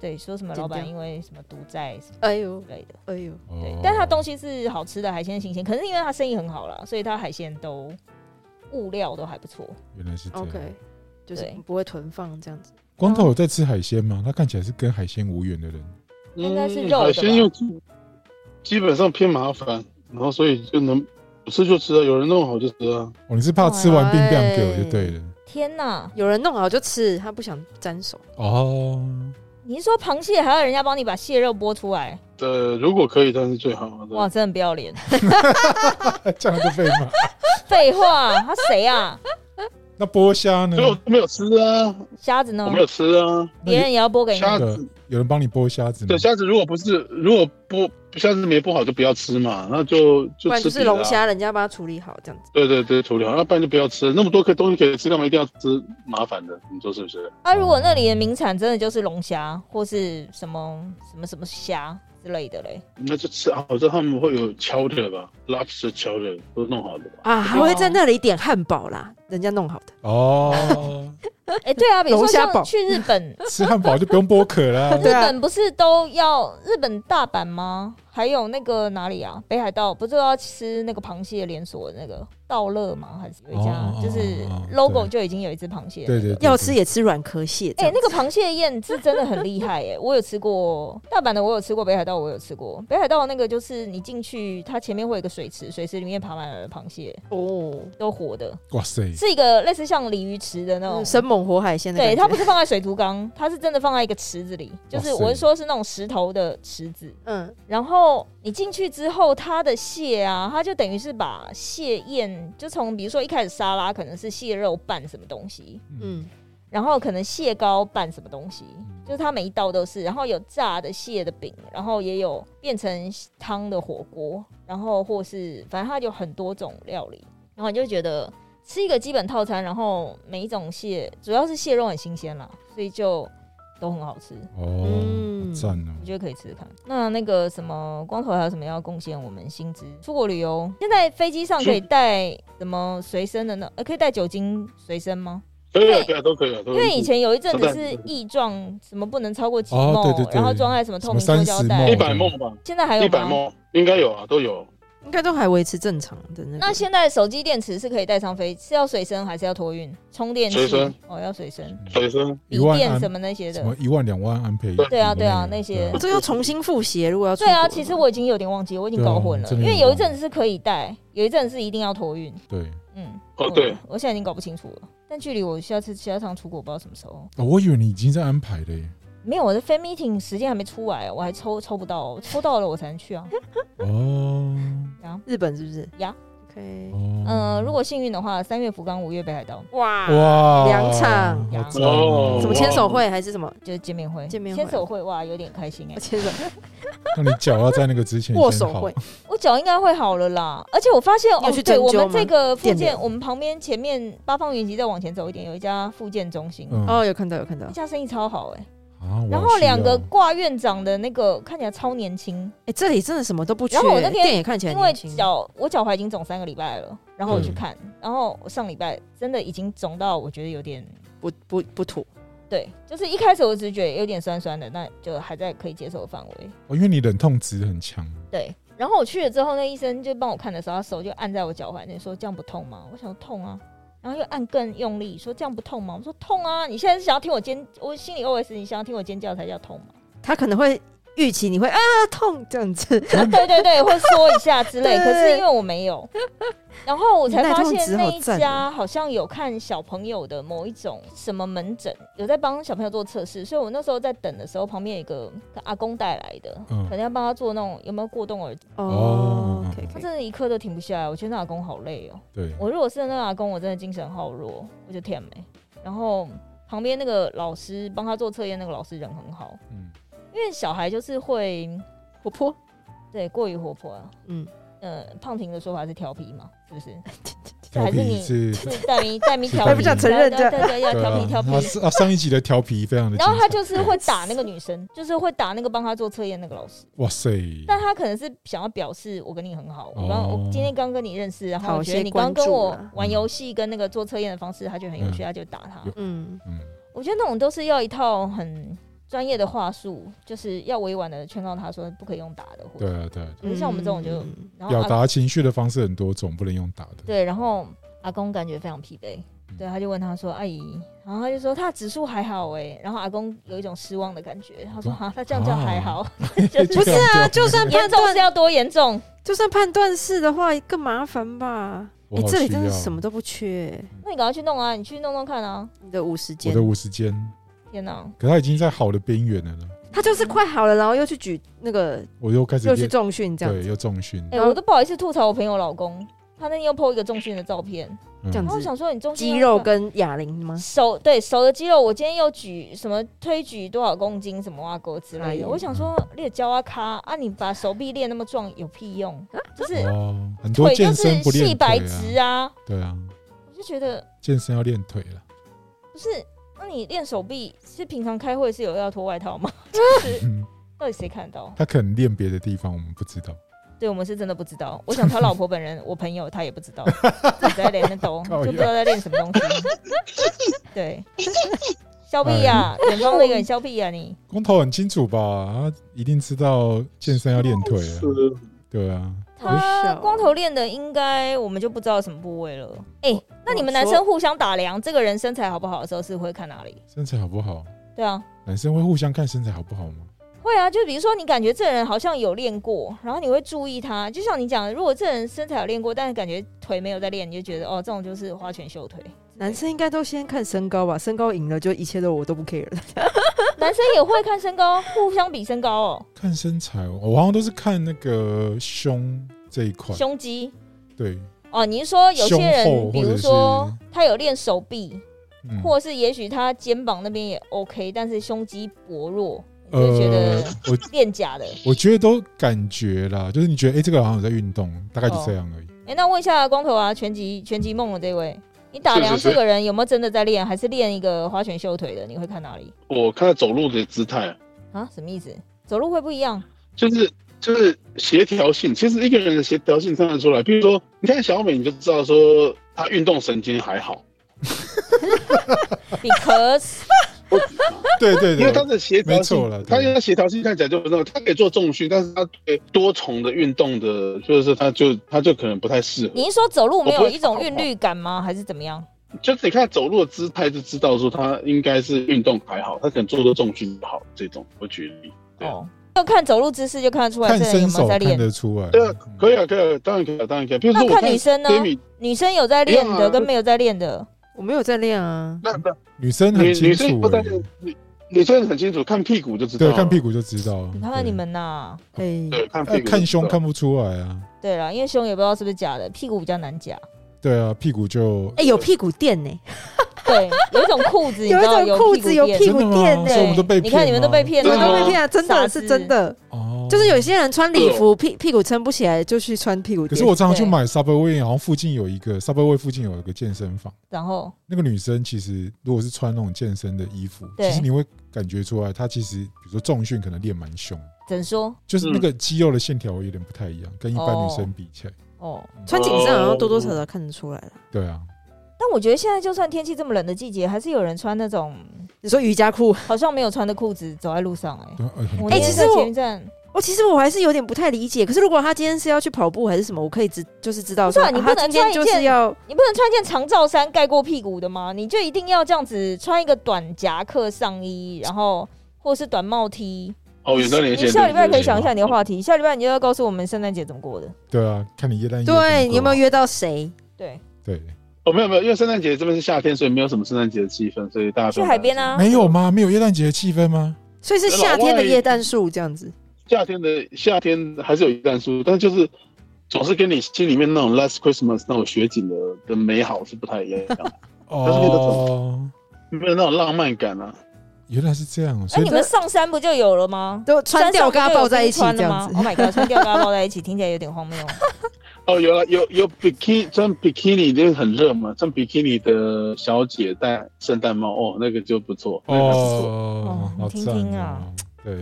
Speaker 3: 对，说什么老
Speaker 4: 剪
Speaker 3: 板
Speaker 4: 掉
Speaker 3: 因为什么赌债什么
Speaker 4: 哎呦
Speaker 3: 之类的。
Speaker 4: 哎呦，
Speaker 2: 哦
Speaker 3: 对，但它东
Speaker 1: 西
Speaker 3: 西是好吃的，海鲜新鲜。可是因为它生意很好啦，所以它海鲜都物料都还不错。
Speaker 1: 哦原来是这样。
Speaker 4: OK，就是
Speaker 3: 对
Speaker 4: 不会囤放这样子。
Speaker 1: 光头有在吃海鲜吗？他看起来是跟海鲜无缘的人。
Speaker 3: 应该是
Speaker 2: 嗯
Speaker 3: 肉的
Speaker 2: 海鲜
Speaker 3: 吧
Speaker 2: 又基本上偏麻烦，然后所以就能不吃就吃啊，有人弄好就吃啊。
Speaker 1: 哦，你是怕吃完
Speaker 4: 哎
Speaker 1: 冰棒给我就对了。
Speaker 3: 天哪！
Speaker 4: 有人弄好就吃，他不想沾手。
Speaker 3: 哎
Speaker 1: 哦，
Speaker 3: 你是说螃蟹还要人家帮你把蟹肉剥出来？
Speaker 2: 呃，如果可以，当然是最好的。
Speaker 3: 哇，真的不要脸！
Speaker 1: 哎这样就被骂。
Speaker 3: 废话，他谁啊？
Speaker 1: 那剥虾呢
Speaker 2: 所？以我都没有吃啊，
Speaker 3: 瞎子呢
Speaker 2: 我？没有吃啊。
Speaker 3: 别人也要剥给你
Speaker 2: 虾
Speaker 1: 那
Speaker 2: 子
Speaker 1: 个有人帮你剥虾子吗
Speaker 2: 对，？虾子如果不是如果不虾子没剥好就不要吃嘛，那就
Speaker 4: 不
Speaker 2: 就
Speaker 4: 然
Speaker 2: 吃
Speaker 4: 就是
Speaker 2: 别的啊
Speaker 4: 龙。虾，人家帮他处理好这样子。
Speaker 2: 对对对，处理好，那不然就不要吃。那么多可东西可以吃，干嘛一定要吃麻烦的？你说是不是？
Speaker 3: 啊，如果那里的名产真的就是龙虾或是什么什么什么虾之类的嘞，
Speaker 2: 那就吃好，这他们会有敲的吧，lobster 敲的都弄好的吧。
Speaker 4: 啊，还会在那里点汉堡啦，人家弄好的。
Speaker 1: 哦，
Speaker 3: 哎、对啊，比如说
Speaker 4: 龙虾
Speaker 3: 像
Speaker 4: 堡
Speaker 3: 去日本，
Speaker 1: 吃汉堡就不用剥壳 啦。
Speaker 3: 日
Speaker 4: 对啊
Speaker 3: 本不是都要日本大阪吗？还有那个哪里啊？北海道不是都要吃那个螃蟹连锁的那个道乐吗？还是有一家、
Speaker 1: 哦哦哦
Speaker 3: 就是
Speaker 1: 哦哦
Speaker 3: logo
Speaker 1: 对
Speaker 3: 就已经有一只螃蟹、
Speaker 1: 对对，对
Speaker 4: 要吃也吃软壳蟹。
Speaker 3: 哎、那个螃蟹宴是真的很厉害哎、 我有吃过大阪的，我有吃过北海道，我有吃过北海道那个，就是你进去，它前面会有一个水池，水池里面爬满了螃蟹，
Speaker 4: 个哦，
Speaker 3: 都活的，
Speaker 1: 哇塞，
Speaker 3: 是一个类似像鲤鱼池的那种。
Speaker 4: 生猛活海鲜的感
Speaker 3: 对，
Speaker 4: 觉。
Speaker 3: 它不是放在水族缸，它是真的放在一个池子里，就是
Speaker 1: 哇塞
Speaker 3: 我是说是那种石头的池子。
Speaker 4: 嗯，
Speaker 3: 然后你进去之后，它的蟹啊，它就等于是把蟹宴，就从比如说一开始沙拉可能是蟹肉拌什么东西，
Speaker 4: 嗯，
Speaker 3: 然后可能蟹膏拌什么东西，
Speaker 1: 嗯
Speaker 3: 就是它每一道都是，然后有炸的蟹的饼，然后也有变成汤的火锅，然后或是反正它有很多种料理，然后你就觉得吃一个基本套餐，然后每一种蟹主要是蟹肉很新鲜啦，所以就都很好吃，
Speaker 1: 哦，
Speaker 4: 嗯
Speaker 1: 好赞哦
Speaker 3: 我，觉得可以吃吃看。那那个什么光头还有什么要贡献我们薪资？出国旅游现在飞机上可以带什么随身的呢？呃，可以带酒精随身吗？
Speaker 2: 可以啊，
Speaker 3: 对
Speaker 2: 可以啊，都可以啊，都
Speaker 3: 因
Speaker 2: 可
Speaker 3: 为
Speaker 2: 以
Speaker 3: 以前有一阵子
Speaker 2: 圣
Speaker 3: 是
Speaker 2: 诞
Speaker 3: 异状，什么不能超过几
Speaker 1: 哦
Speaker 3: 梦，
Speaker 1: 对对对
Speaker 3: 然后装在什么透明塑胶
Speaker 1: 什么
Speaker 2: 一
Speaker 1: 30梦，
Speaker 3: 袋
Speaker 2: 百梦吧，
Speaker 3: 现在还有
Speaker 2: 一百
Speaker 3: 吗？
Speaker 2: 梦应该有啊，都有。
Speaker 4: 应该都还维持正常的那个。
Speaker 3: 那现在手机电池是可以带上飞，是要随身还是要托运？充电
Speaker 2: 随
Speaker 3: 器
Speaker 2: 身
Speaker 3: 哦，要随身，
Speaker 2: 随身
Speaker 1: 一
Speaker 3: 笔
Speaker 1: 万
Speaker 3: 电
Speaker 1: 安
Speaker 3: 什么那些
Speaker 1: 什
Speaker 3: 的
Speaker 1: 么。一万两万安培？
Speaker 3: 对啊对啊那些
Speaker 4: 我这个要哦重新复习，如果要出
Speaker 3: 对啊，
Speaker 4: 国
Speaker 3: 其
Speaker 4: 的
Speaker 3: 实
Speaker 4: 话
Speaker 3: 我已经有点忘记，我已经
Speaker 1: 对啊
Speaker 3: 搞混了，
Speaker 1: 真
Speaker 3: 因
Speaker 1: 的有
Speaker 3: 为
Speaker 1: 点
Speaker 3: 有
Speaker 1: 忘
Speaker 3: 一
Speaker 1: 了
Speaker 3: 阵子是可以带，有一阵是一定要托运。
Speaker 1: 对，
Speaker 3: 嗯，
Speaker 2: 哦
Speaker 3: 我
Speaker 2: 对，
Speaker 3: 我现在已经搞不清楚了。但距离我下次下趟出国不知道什么时候，
Speaker 1: 哦我以为你已经在安排了耶。
Speaker 3: 没有我的 fan meeting 时间还没出来，我还抽抽不到，抽到了我才能去啊。
Speaker 4: 嗯
Speaker 1: 哦
Speaker 4: 日本是不是？
Speaker 3: 呀
Speaker 4: OK，
Speaker 1: 哦，
Speaker 3: 嗯、如果幸运的话，三月福冈，五月北海道
Speaker 4: 哇
Speaker 1: 哇，
Speaker 4: 两场
Speaker 1: 好赞
Speaker 2: 哦
Speaker 1: 哦
Speaker 4: 什么牵手会还是什么
Speaker 3: 就是见面会，
Speaker 4: 见面会
Speaker 3: 牵手会哇，有点开心哎、
Speaker 4: 牵手
Speaker 1: 那你脚要在那个之前
Speaker 4: 握
Speaker 1: 先
Speaker 4: 手
Speaker 1: 好
Speaker 4: 会？
Speaker 3: 我脚应该会好了啦，而且我发现
Speaker 4: 你有
Speaker 3: 哦，
Speaker 4: 去
Speaker 3: 对
Speaker 4: 针
Speaker 3: 我
Speaker 4: 灸
Speaker 3: 们
Speaker 4: 吗
Speaker 3: 这个附
Speaker 4: 电
Speaker 3: 件，
Speaker 4: 疗
Speaker 3: 我们旁边前面八方云集再往前走一点，有一家附件中心，
Speaker 1: 嗯
Speaker 4: 哦，有看到有看到
Speaker 3: 那，家生意超好哎、
Speaker 1: 啊，我
Speaker 3: 然
Speaker 1: 好
Speaker 3: 后
Speaker 1: 需
Speaker 3: 两个
Speaker 1: 要
Speaker 4: 哦
Speaker 3: 挂院长的那个看起来超年轻，
Speaker 4: 哎，这里真的什么都不缺，
Speaker 3: 然后我那天
Speaker 4: 店也看起来
Speaker 3: 因为
Speaker 4: 年轻，
Speaker 3: 脚我脚踝已经肿三个礼拜了，然后我去
Speaker 1: 嗯
Speaker 3: 看，然后我上礼拜真的已经肿到我觉得有点
Speaker 4: 不不不土，
Speaker 3: 对，就是一开始我只是觉得有点酸酸的，那就还在可以接受的范围。
Speaker 1: 哦，因为你忍痛值很强，
Speaker 3: 对，然后我去了之后，那医生就帮我看的时候，他手就按在我脚踝那，说这样不痛吗？我想痛啊，然后又按更用力，说这样不痛吗？我说痛啊，你现在是想要听我尖，我心里 OS 你想要听我尖叫才叫痛吗？
Speaker 4: 他可能会预期你会啊痛这样子，
Speaker 3: 对对对，会缩一下之类。
Speaker 4: 对
Speaker 3: 可是因为我没有，然后我才发
Speaker 4: 你耐痛值
Speaker 3: 现
Speaker 4: 好
Speaker 3: 那一
Speaker 4: 赞哦
Speaker 3: 家好像有看小朋友的某一种什么门诊，有在帮小朋友做测试，所以我那时候在等的时候，旁边有一个阿公带来的，
Speaker 1: 嗯
Speaker 3: 可能要帮他做那种有没有过动耳，
Speaker 1: 哦
Speaker 4: 哦，OK
Speaker 3: 他
Speaker 4: OK，
Speaker 3: 真的一刻都停不下来。我觉得那阿公好累哦、
Speaker 1: 对，
Speaker 3: 我如果是那阿公，我真的精神好弱，我就天没。然后旁边那个老师帮他做测验，那个老师人很好，
Speaker 1: 嗯，
Speaker 3: 因为小孩就是会
Speaker 4: 活泼，
Speaker 3: 对过于活泼啊。
Speaker 4: 嗯，
Speaker 3: 呃，胖婷的说法是调皮嘛，是 不是？
Speaker 1: 调
Speaker 3: 还是
Speaker 1: 皮
Speaker 3: 你
Speaker 1: 是，
Speaker 3: 是 戴咪戴咪调皮，
Speaker 1: 还不想
Speaker 4: 承认
Speaker 3: 对对对，要
Speaker 1: 对
Speaker 3: 调
Speaker 1: 啊
Speaker 3: 皮调皮。
Speaker 1: 啊是啊，上一集的调皮非常的精
Speaker 3: 然
Speaker 1: 彩，
Speaker 3: 后他就是会打那个女生，就是会打那个帮他做测验那个老师，
Speaker 1: 哇塞，
Speaker 3: 但他可能是想要表示我跟你很好，我刚
Speaker 1: 哦
Speaker 3: 我今天刚跟你认识，然后我
Speaker 4: 讨
Speaker 3: 觉得
Speaker 4: 些
Speaker 3: 你
Speaker 4: 关
Speaker 3: 刚
Speaker 4: 注啦
Speaker 3: 跟我玩游戏跟那个做测验的方式，他觉得很有趣，他就打他
Speaker 1: 有。
Speaker 4: 嗯，
Speaker 1: 嗯，
Speaker 3: 我觉得那种都是要一套很专业的话术，就是要委婉的劝告他说不可以用打的，或
Speaker 1: 对
Speaker 3: 者
Speaker 1: 啊对啊，
Speaker 3: 可是像我们这种就
Speaker 4: 嗯
Speaker 3: 然后
Speaker 1: 表
Speaker 3: 阿
Speaker 1: 达情绪的方式很多种，不能用打的，
Speaker 3: 对，然后阿公感觉非常疲惫，对，他就问他说：“阿姨。”然后他就说他指数还好哎、然后阿公有一种失望的感觉，他说：“
Speaker 1: 阿公
Speaker 3: 哈，他这样叫还好，
Speaker 1: 对，
Speaker 3: 就是
Speaker 1: 不是啊，
Speaker 4: 就算
Speaker 3: 严
Speaker 4: 判
Speaker 3: 重是
Speaker 4: 断
Speaker 3: 要多严重。
Speaker 4: 就算判断是的话更麻烦吧，
Speaker 1: 我
Speaker 4: 哎，
Speaker 1: 好
Speaker 4: 这里
Speaker 1: 需
Speaker 4: 真的
Speaker 1: 要
Speaker 4: 什么都不缺，”
Speaker 3: 那你赶快去弄啊，你去弄弄看啊！
Speaker 4: 你的五十
Speaker 1: 我
Speaker 4: 间
Speaker 1: 的，五十肩，
Speaker 3: 天哪，
Speaker 1: 可他已经在好的边缘了呢，
Speaker 4: 他就是快好了，然后又去举那个
Speaker 1: 我又开始
Speaker 4: 又去
Speaker 1: 练
Speaker 4: 重训这样
Speaker 1: 对，
Speaker 4: 子，
Speaker 1: 又重训，
Speaker 3: 哎、我都不好意思吐槽我朋友老公，他那天又 po 一个重训的照片，
Speaker 1: 嗯
Speaker 4: 这样
Speaker 3: 然后我
Speaker 4: 子
Speaker 3: 想说你重训
Speaker 4: 肌
Speaker 3: 要
Speaker 4: 肉
Speaker 3: 干
Speaker 4: 跟哑铃吗？
Speaker 3: 手对手的肌肉，我今天又举什么推举多少公斤什么啊狗之
Speaker 4: 哎
Speaker 3: 类
Speaker 4: 呀
Speaker 3: 的，我想说你也教啊咖啊，你把手臂练那么壮有屁用？
Speaker 4: 啊
Speaker 3: 就是
Speaker 1: 哦，很多
Speaker 3: 腿就
Speaker 1: 健身
Speaker 3: 是
Speaker 1: 不练
Speaker 3: 细
Speaker 1: 腿
Speaker 3: 白
Speaker 1: 啊
Speaker 3: 直，啊，
Speaker 1: 对啊，
Speaker 3: 我就觉得
Speaker 1: 健身要练腿了，
Speaker 3: 不是，那你练手臂是平常开会是有要脱外套吗？
Speaker 1: 嗯
Speaker 3: 到底谁看得到？
Speaker 1: 他可能练别的地方我们不知道，
Speaker 3: 对我们是真的不知道。我想他老婆本人，我朋友他也不知 道，你在练那抖，
Speaker 1: 靠
Speaker 3: 就
Speaker 1: 腰
Speaker 3: 不知道在练什么东西。对，肖屁呀、
Speaker 1: 哎
Speaker 3: 远方那个人肖屁呀、你
Speaker 1: 光头很清楚吧？他一定知道健身要练腿啊，
Speaker 2: 是
Speaker 1: 对啊，
Speaker 3: 他光头练的应该我们就不知道什么部位了。哎、那你们男生互相打量这个人身材好不好的时候是会看哪里？
Speaker 1: 身材好不好？
Speaker 3: 对啊，
Speaker 1: 男生会互相看身材好不好吗？
Speaker 3: 会啊，就比如说你感觉这人好像有练过，然后你会注意他，就像你讲的，如果这人身材有练过，但是感觉腿没有在练，你就觉得哦，这种就是花拳绣腿。
Speaker 4: 男生应该都先看身高吧，身高赢了就一切都我都不 care 了。
Speaker 3: 男生也会看身高， 互相比身高哦，
Speaker 1: 看身材哦，我好像都是看那个胸这一块，
Speaker 3: 胸肌
Speaker 1: 对，
Speaker 3: 哦。你是说有些
Speaker 1: 胸后
Speaker 3: 人，比
Speaker 1: 或者
Speaker 3: 如
Speaker 1: 是
Speaker 3: 说他有练手臂，
Speaker 1: 嗯，
Speaker 3: 或是也许他肩膀那边也 OK，但是胸肌薄弱，你就会觉
Speaker 1: 呃
Speaker 3: 得，
Speaker 1: 我
Speaker 3: 练假的。
Speaker 1: 我觉得都感觉啦，就是你觉得哎、诶这个人好像有在运动，大概就这样而已。
Speaker 3: 哎、那问一下光头啊，拳击拳击梦的这位，你打
Speaker 2: 是
Speaker 3: 量
Speaker 2: 是
Speaker 3: 这个人有没有真的在练，还是练一个花拳绣腿的？你会看哪里
Speaker 2: 我看他走路的姿态，
Speaker 3: 啊？什么意思？走路会不一样？
Speaker 2: 就是就是协调性。其实一个人的协调性看得出来，比如说，你看小美，你就知道说她运动神经还好，
Speaker 3: Because
Speaker 1: 对对
Speaker 2: 因为他
Speaker 1: 对，
Speaker 2: 的协调
Speaker 1: 没错
Speaker 2: 性
Speaker 1: 了，
Speaker 2: 他
Speaker 1: 对
Speaker 2: 要协调性看起来就不那么，他可以做重训，但是他对多重的运动的，就是他就他就可能不太适合。
Speaker 3: 您说走路没
Speaker 2: 我不
Speaker 3: 有
Speaker 2: 会
Speaker 3: 一种韵律感吗？还是怎么样？
Speaker 2: 就是你看走路的姿态就知道说他应该是运动还好，他可能做做重训好这种。我举例，对啊
Speaker 3: 哦，要看走路姿势就看得出来
Speaker 1: 看
Speaker 3: 这人有
Speaker 1: 身
Speaker 3: 没有
Speaker 1: 手
Speaker 3: 在
Speaker 1: 看
Speaker 3: 练。
Speaker 1: 得出来。
Speaker 2: 对啊，可
Speaker 1: 以。
Speaker 2: 以啊，可以啊，当然可以啊，当然可以啊。比如说
Speaker 3: 那
Speaker 2: 我
Speaker 3: 看女生呢？
Speaker 2: Jamie，
Speaker 3: 女生有在练
Speaker 2: 一样
Speaker 3: 的
Speaker 2: 啊
Speaker 3: 跟没有在练的，
Speaker 4: 我没有在练啊，
Speaker 2: 那那
Speaker 1: 女生
Speaker 2: 女
Speaker 1: 很
Speaker 2: 女
Speaker 1: 清
Speaker 2: 生
Speaker 1: 楚
Speaker 2: 不但
Speaker 1: 欸，
Speaker 2: 是女女生很清楚，看屁股就知道。
Speaker 1: 对，看屁，股就知道。
Speaker 3: 你看
Speaker 1: 对
Speaker 3: 看你，们呐。
Speaker 4: 哎，
Speaker 2: 对， 看
Speaker 1: 呃
Speaker 2: 屁股，
Speaker 1: 看胸。看不出来啊。
Speaker 3: 对啦，因为胸也不知道是不是假的，屁股比较难假。
Speaker 1: 对啊，屁股就
Speaker 4: 哎，有屁股垫呢，
Speaker 3: 对，有一种裤子，你知
Speaker 4: 有一
Speaker 3: 道
Speaker 4: 种裤子有
Speaker 3: 垫
Speaker 4: 屁股
Speaker 1: 真的吗
Speaker 4: 垫
Speaker 1: 所以我
Speaker 4: 呢
Speaker 1: 们，都被
Speaker 3: 你看
Speaker 1: 骗
Speaker 3: 你们都
Speaker 1: 吗
Speaker 3: 被骗
Speaker 4: 我
Speaker 3: 了，
Speaker 4: 们都
Speaker 2: 对
Speaker 4: 被骗了，真的
Speaker 3: 傻
Speaker 4: 是
Speaker 3: 子
Speaker 4: 真的，
Speaker 1: 哦，
Speaker 4: 就是有些人穿礼服屁屁股撑不起来，就去穿屁股
Speaker 1: 可
Speaker 4: 垫
Speaker 1: 是。我常常去
Speaker 3: 对
Speaker 1: 买 Subway，然后附近有一个 Subway 附近有一个健身房，
Speaker 3: 然后
Speaker 1: 那个女生其实如果是穿那种健身的衣服，
Speaker 3: 对
Speaker 1: 其实你会感觉出来，她其实比如说重训可能练蛮凶，
Speaker 3: 怎说？
Speaker 1: 就是
Speaker 2: 嗯
Speaker 1: 那个肌肉的线条有点不太一样，跟一般女生比起来。
Speaker 3: 哦，
Speaker 4: 穿紧身好像多多少少看得出来了。
Speaker 1: 对啊，
Speaker 3: 但我觉得现在就算天气这么冷的季节，还是有人穿那种
Speaker 4: 你说瑜伽裤，
Speaker 3: 好像没有穿的裤子走在路上哎、
Speaker 1: 对啊，呃很多
Speaker 3: 我那
Speaker 4: 哎
Speaker 3: 天
Speaker 4: 其实
Speaker 3: 在
Speaker 4: 我
Speaker 3: 捷运站，
Speaker 4: 我哦其实我还是有点不太理解。可是如果他今天是要去跑步还是什么，我可以知就是知道说，
Speaker 3: 不是啊你不
Speaker 4: 他
Speaker 3: 能
Speaker 4: 今
Speaker 3: 穿
Speaker 4: 天
Speaker 3: 一
Speaker 4: 就
Speaker 3: 件
Speaker 4: 是要
Speaker 3: 你不能穿一件长罩衫盖过屁股的吗？你就一定要这样子穿一个短夹克上衣，然后或是短帽 T。
Speaker 2: 哦，有那连线。
Speaker 3: 你下礼拜可以
Speaker 2: 对
Speaker 3: 想一下你的话题，下礼拜你就要告诉我们圣诞节怎么过的。
Speaker 1: 对啊，看你夜单
Speaker 4: 对你有没有约到谁？
Speaker 3: 对，
Speaker 1: 对
Speaker 2: 哦，没有没有，因为圣诞节这边是夏天，所以没有什么圣诞节的气氛，所以大家不
Speaker 3: 去
Speaker 2: 用
Speaker 3: 海
Speaker 2: 担
Speaker 3: 边
Speaker 2: 心
Speaker 3: 啊，
Speaker 1: 没有吗？没有耶诞节的气氛吗？
Speaker 4: 所以是夏天的椰蛋树这样子。
Speaker 2: 夏天的夏天还是有一段树，但是就是总是跟你心里面那种 Last Christmas 那种雪景的的美好是不太一样的， 那个
Speaker 1: 哦，
Speaker 2: 没有那种浪漫感啊。
Speaker 1: 原来是这样，哦
Speaker 3: 那、
Speaker 4: 哎
Speaker 1: 所以
Speaker 3: 哎你们上山不就有了吗？
Speaker 4: 都穿吊嘎抱在一起
Speaker 3: 山
Speaker 4: 这
Speaker 3: 上
Speaker 4: 样
Speaker 3: 不就有
Speaker 4: 子
Speaker 3: 冰川了吗，？Oh my god，穿吊嘎抱在一起听起来有点荒谬。
Speaker 2: 哦，有了有有 bikini 穿 bikini 因为很热嘛，穿 bikini 的小姐戴圣诞帽，哦，那个就不错。那个不错
Speaker 1: 哦
Speaker 3: 哦，
Speaker 1: 好
Speaker 3: 你听
Speaker 1: 赞
Speaker 3: 听
Speaker 1: 哦
Speaker 3: 啊！
Speaker 1: 对，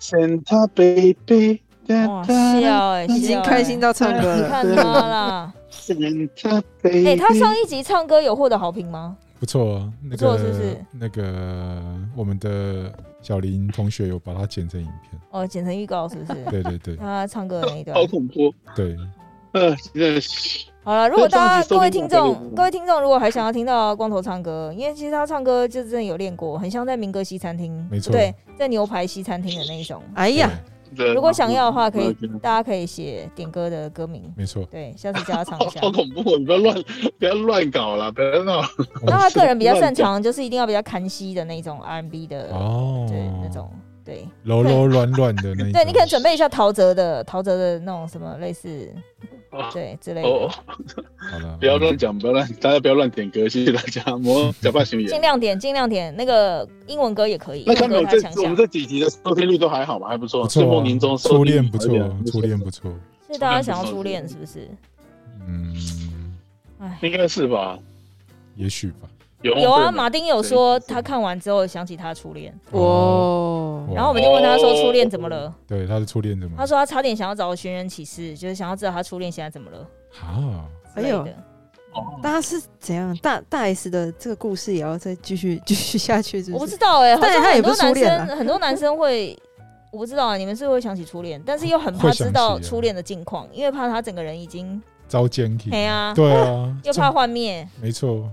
Speaker 2: Santa baby，
Speaker 3: 哇，笑哎、欸，
Speaker 4: 已经
Speaker 3: 笑欸
Speaker 4: 开心到唱歌
Speaker 3: 你
Speaker 4: 了。
Speaker 3: 看他啦，
Speaker 2: Santa baby，
Speaker 3: 哎、他上一集唱歌有获得好评吗？
Speaker 1: 不错啊，那
Speaker 3: 错
Speaker 1: 个
Speaker 3: 是不是
Speaker 1: 那个我们的小林同学有把它剪成影 片，
Speaker 3: 哦，剪成预告是不是？
Speaker 1: 对对对
Speaker 3: 他唱歌的那一段
Speaker 2: 好。恐怖，哦
Speaker 3: 嗯
Speaker 1: 对，
Speaker 2: 呃，真的是，
Speaker 3: 好了，如果大
Speaker 2: 那
Speaker 3: 家
Speaker 2: 这
Speaker 3: 各位
Speaker 2: 样子收
Speaker 3: 听
Speaker 2: 听我觉
Speaker 3: 众
Speaker 2: 得，
Speaker 3: 各位听众，如果还想要听到光头唱歌，因为其实他唱歌就真的有练过，很像在民歌西餐厅，
Speaker 1: 没错
Speaker 3: 不对，在牛排西餐厅的那一种。
Speaker 4: 哎
Speaker 1: 对
Speaker 4: 呀，，
Speaker 2: 对
Speaker 3: 如果想要的话，可以
Speaker 2: 嗯
Speaker 3: 大家可以写点歌的歌名，
Speaker 1: 没错。
Speaker 3: 对，下次叫他唱
Speaker 2: 好
Speaker 3: 一下
Speaker 2: 好。恐怖，你不要乱不要乱搞了，不要闹。
Speaker 3: 那他个人比较
Speaker 2: 乱
Speaker 3: 擅
Speaker 2: 讲
Speaker 3: 长就是一定要比较砍西的那种 R&B 的，
Speaker 1: 哦，
Speaker 3: 对那种，对。
Speaker 1: 柔柔软软的那一种，
Speaker 3: 对你可能准备一下陶喆的陶喆的那种什么类似， 对之类
Speaker 2: 哦
Speaker 3: 的，，
Speaker 1: 好了，
Speaker 2: 不要乱讲，不要乱，大家不要乱点歌，谢谢大家。魔假扮巡
Speaker 3: 尽
Speaker 2: 演。
Speaker 3: 量点尽量点。那个英文歌也可以，
Speaker 2: 那
Speaker 3: 英
Speaker 2: 看
Speaker 3: 文
Speaker 2: 我们
Speaker 3: 歌他
Speaker 2: 这
Speaker 3: 强
Speaker 2: 我
Speaker 3: 项
Speaker 2: 们，这几集的收听率都还好嘛，还不错。
Speaker 1: 不错
Speaker 2: 岁末
Speaker 1: 啊
Speaker 2: 年终收
Speaker 1: 初
Speaker 2: 听率
Speaker 1: 恋不错啊
Speaker 2: 有点，
Speaker 1: 初恋不错，
Speaker 3: 所以大家想要初恋是不是？
Speaker 1: 嗯，
Speaker 3: 哎，
Speaker 2: 应该是吧？
Speaker 1: 也许吧。
Speaker 2: 有
Speaker 3: 有啊，
Speaker 2: 梦过吗
Speaker 3: 马丁有说他看完之后想起他初恋，
Speaker 4: 哦，
Speaker 3: 然后我们就问他说初恋怎么了？
Speaker 1: 对他的初恋怎么？
Speaker 3: 他说他差点想要找寻人启事，就是想要知道他初恋现在怎么了
Speaker 1: 啊，
Speaker 3: 之类
Speaker 4: 哎
Speaker 3: 的。
Speaker 2: 哦
Speaker 4: 大家是怎样？大大 S 的这个故事也要再继续 继续下去，是
Speaker 3: 我
Speaker 4: 不
Speaker 3: 不知
Speaker 4: 是？
Speaker 3: 道哎，好
Speaker 4: 但
Speaker 3: 像
Speaker 4: 他也
Speaker 3: 很
Speaker 4: 不
Speaker 3: 多
Speaker 4: 是初
Speaker 3: 男
Speaker 4: 恋啊
Speaker 3: 生很多男生会。我不知道啊，你们是会想起初恋，但是又很
Speaker 1: 会
Speaker 3: 怕
Speaker 1: 想
Speaker 3: 知
Speaker 1: 起啊
Speaker 3: 道
Speaker 1: 嗯
Speaker 3: 初恋的近况，因为怕他整个人已经
Speaker 1: 遭奸体，
Speaker 3: 嘿啊
Speaker 1: 对啊，
Speaker 3: 又怕幻灭。
Speaker 1: 这没错，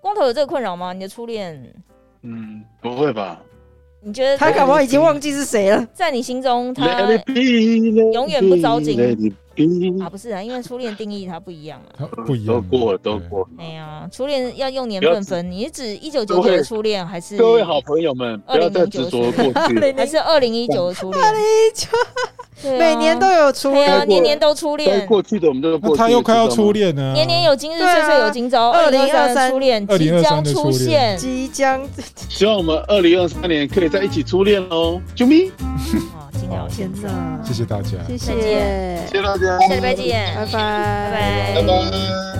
Speaker 3: 光头有这个困扰吗？你的初恋，
Speaker 2: 嗯，不会吧
Speaker 3: 你觉得
Speaker 4: 他
Speaker 3: 在
Speaker 4: 搞不好已经忘记是谁了。
Speaker 3: 在你心中他
Speaker 2: ？Let it be，
Speaker 3: 永远不着急
Speaker 2: Let it be，
Speaker 3: 啊不是啊，因为初恋定义它不一样啊。
Speaker 1: 他不一样
Speaker 2: 都
Speaker 1: 啊，
Speaker 2: 过了，都
Speaker 1: 对
Speaker 2: 过。
Speaker 3: 哎呀，初恋要用年
Speaker 2: 不要
Speaker 3: 份
Speaker 2: 指
Speaker 3: 分，你是指一九九九的初恋还是
Speaker 2: 各位好朋友们，不要再执着过去了，
Speaker 3: 还是二零一九的初恋？对啊
Speaker 4: 啊每年都有初
Speaker 3: 对
Speaker 4: 恋，
Speaker 3: 啊，年年都初
Speaker 2: 该
Speaker 3: 恋，
Speaker 2: 过去的我们就过
Speaker 1: 那
Speaker 2: 去。
Speaker 1: 他又快要
Speaker 2: 知道吗
Speaker 1: 初，恋呢，
Speaker 3: 年年有今日，
Speaker 4: 对啊
Speaker 3: 岁岁有今朝。
Speaker 4: 2023
Speaker 3: 初恋即
Speaker 1: 2023
Speaker 3: 将
Speaker 1: 的
Speaker 3: 出
Speaker 1: 初恋
Speaker 3: 现，
Speaker 4: 即将
Speaker 2: 希望我们二零二三年可以在一起初恋喽！啾咪，
Speaker 3: 啊，今
Speaker 1: 好
Speaker 3: 了解，
Speaker 4: 天哪！
Speaker 1: 谢谢大家，
Speaker 4: 谢
Speaker 3: 再
Speaker 4: 谢，
Speaker 2: 谢谢大家，
Speaker 3: 下礼拜见，
Speaker 4: 拜拜，
Speaker 3: 拜拜
Speaker 2: 拜拜。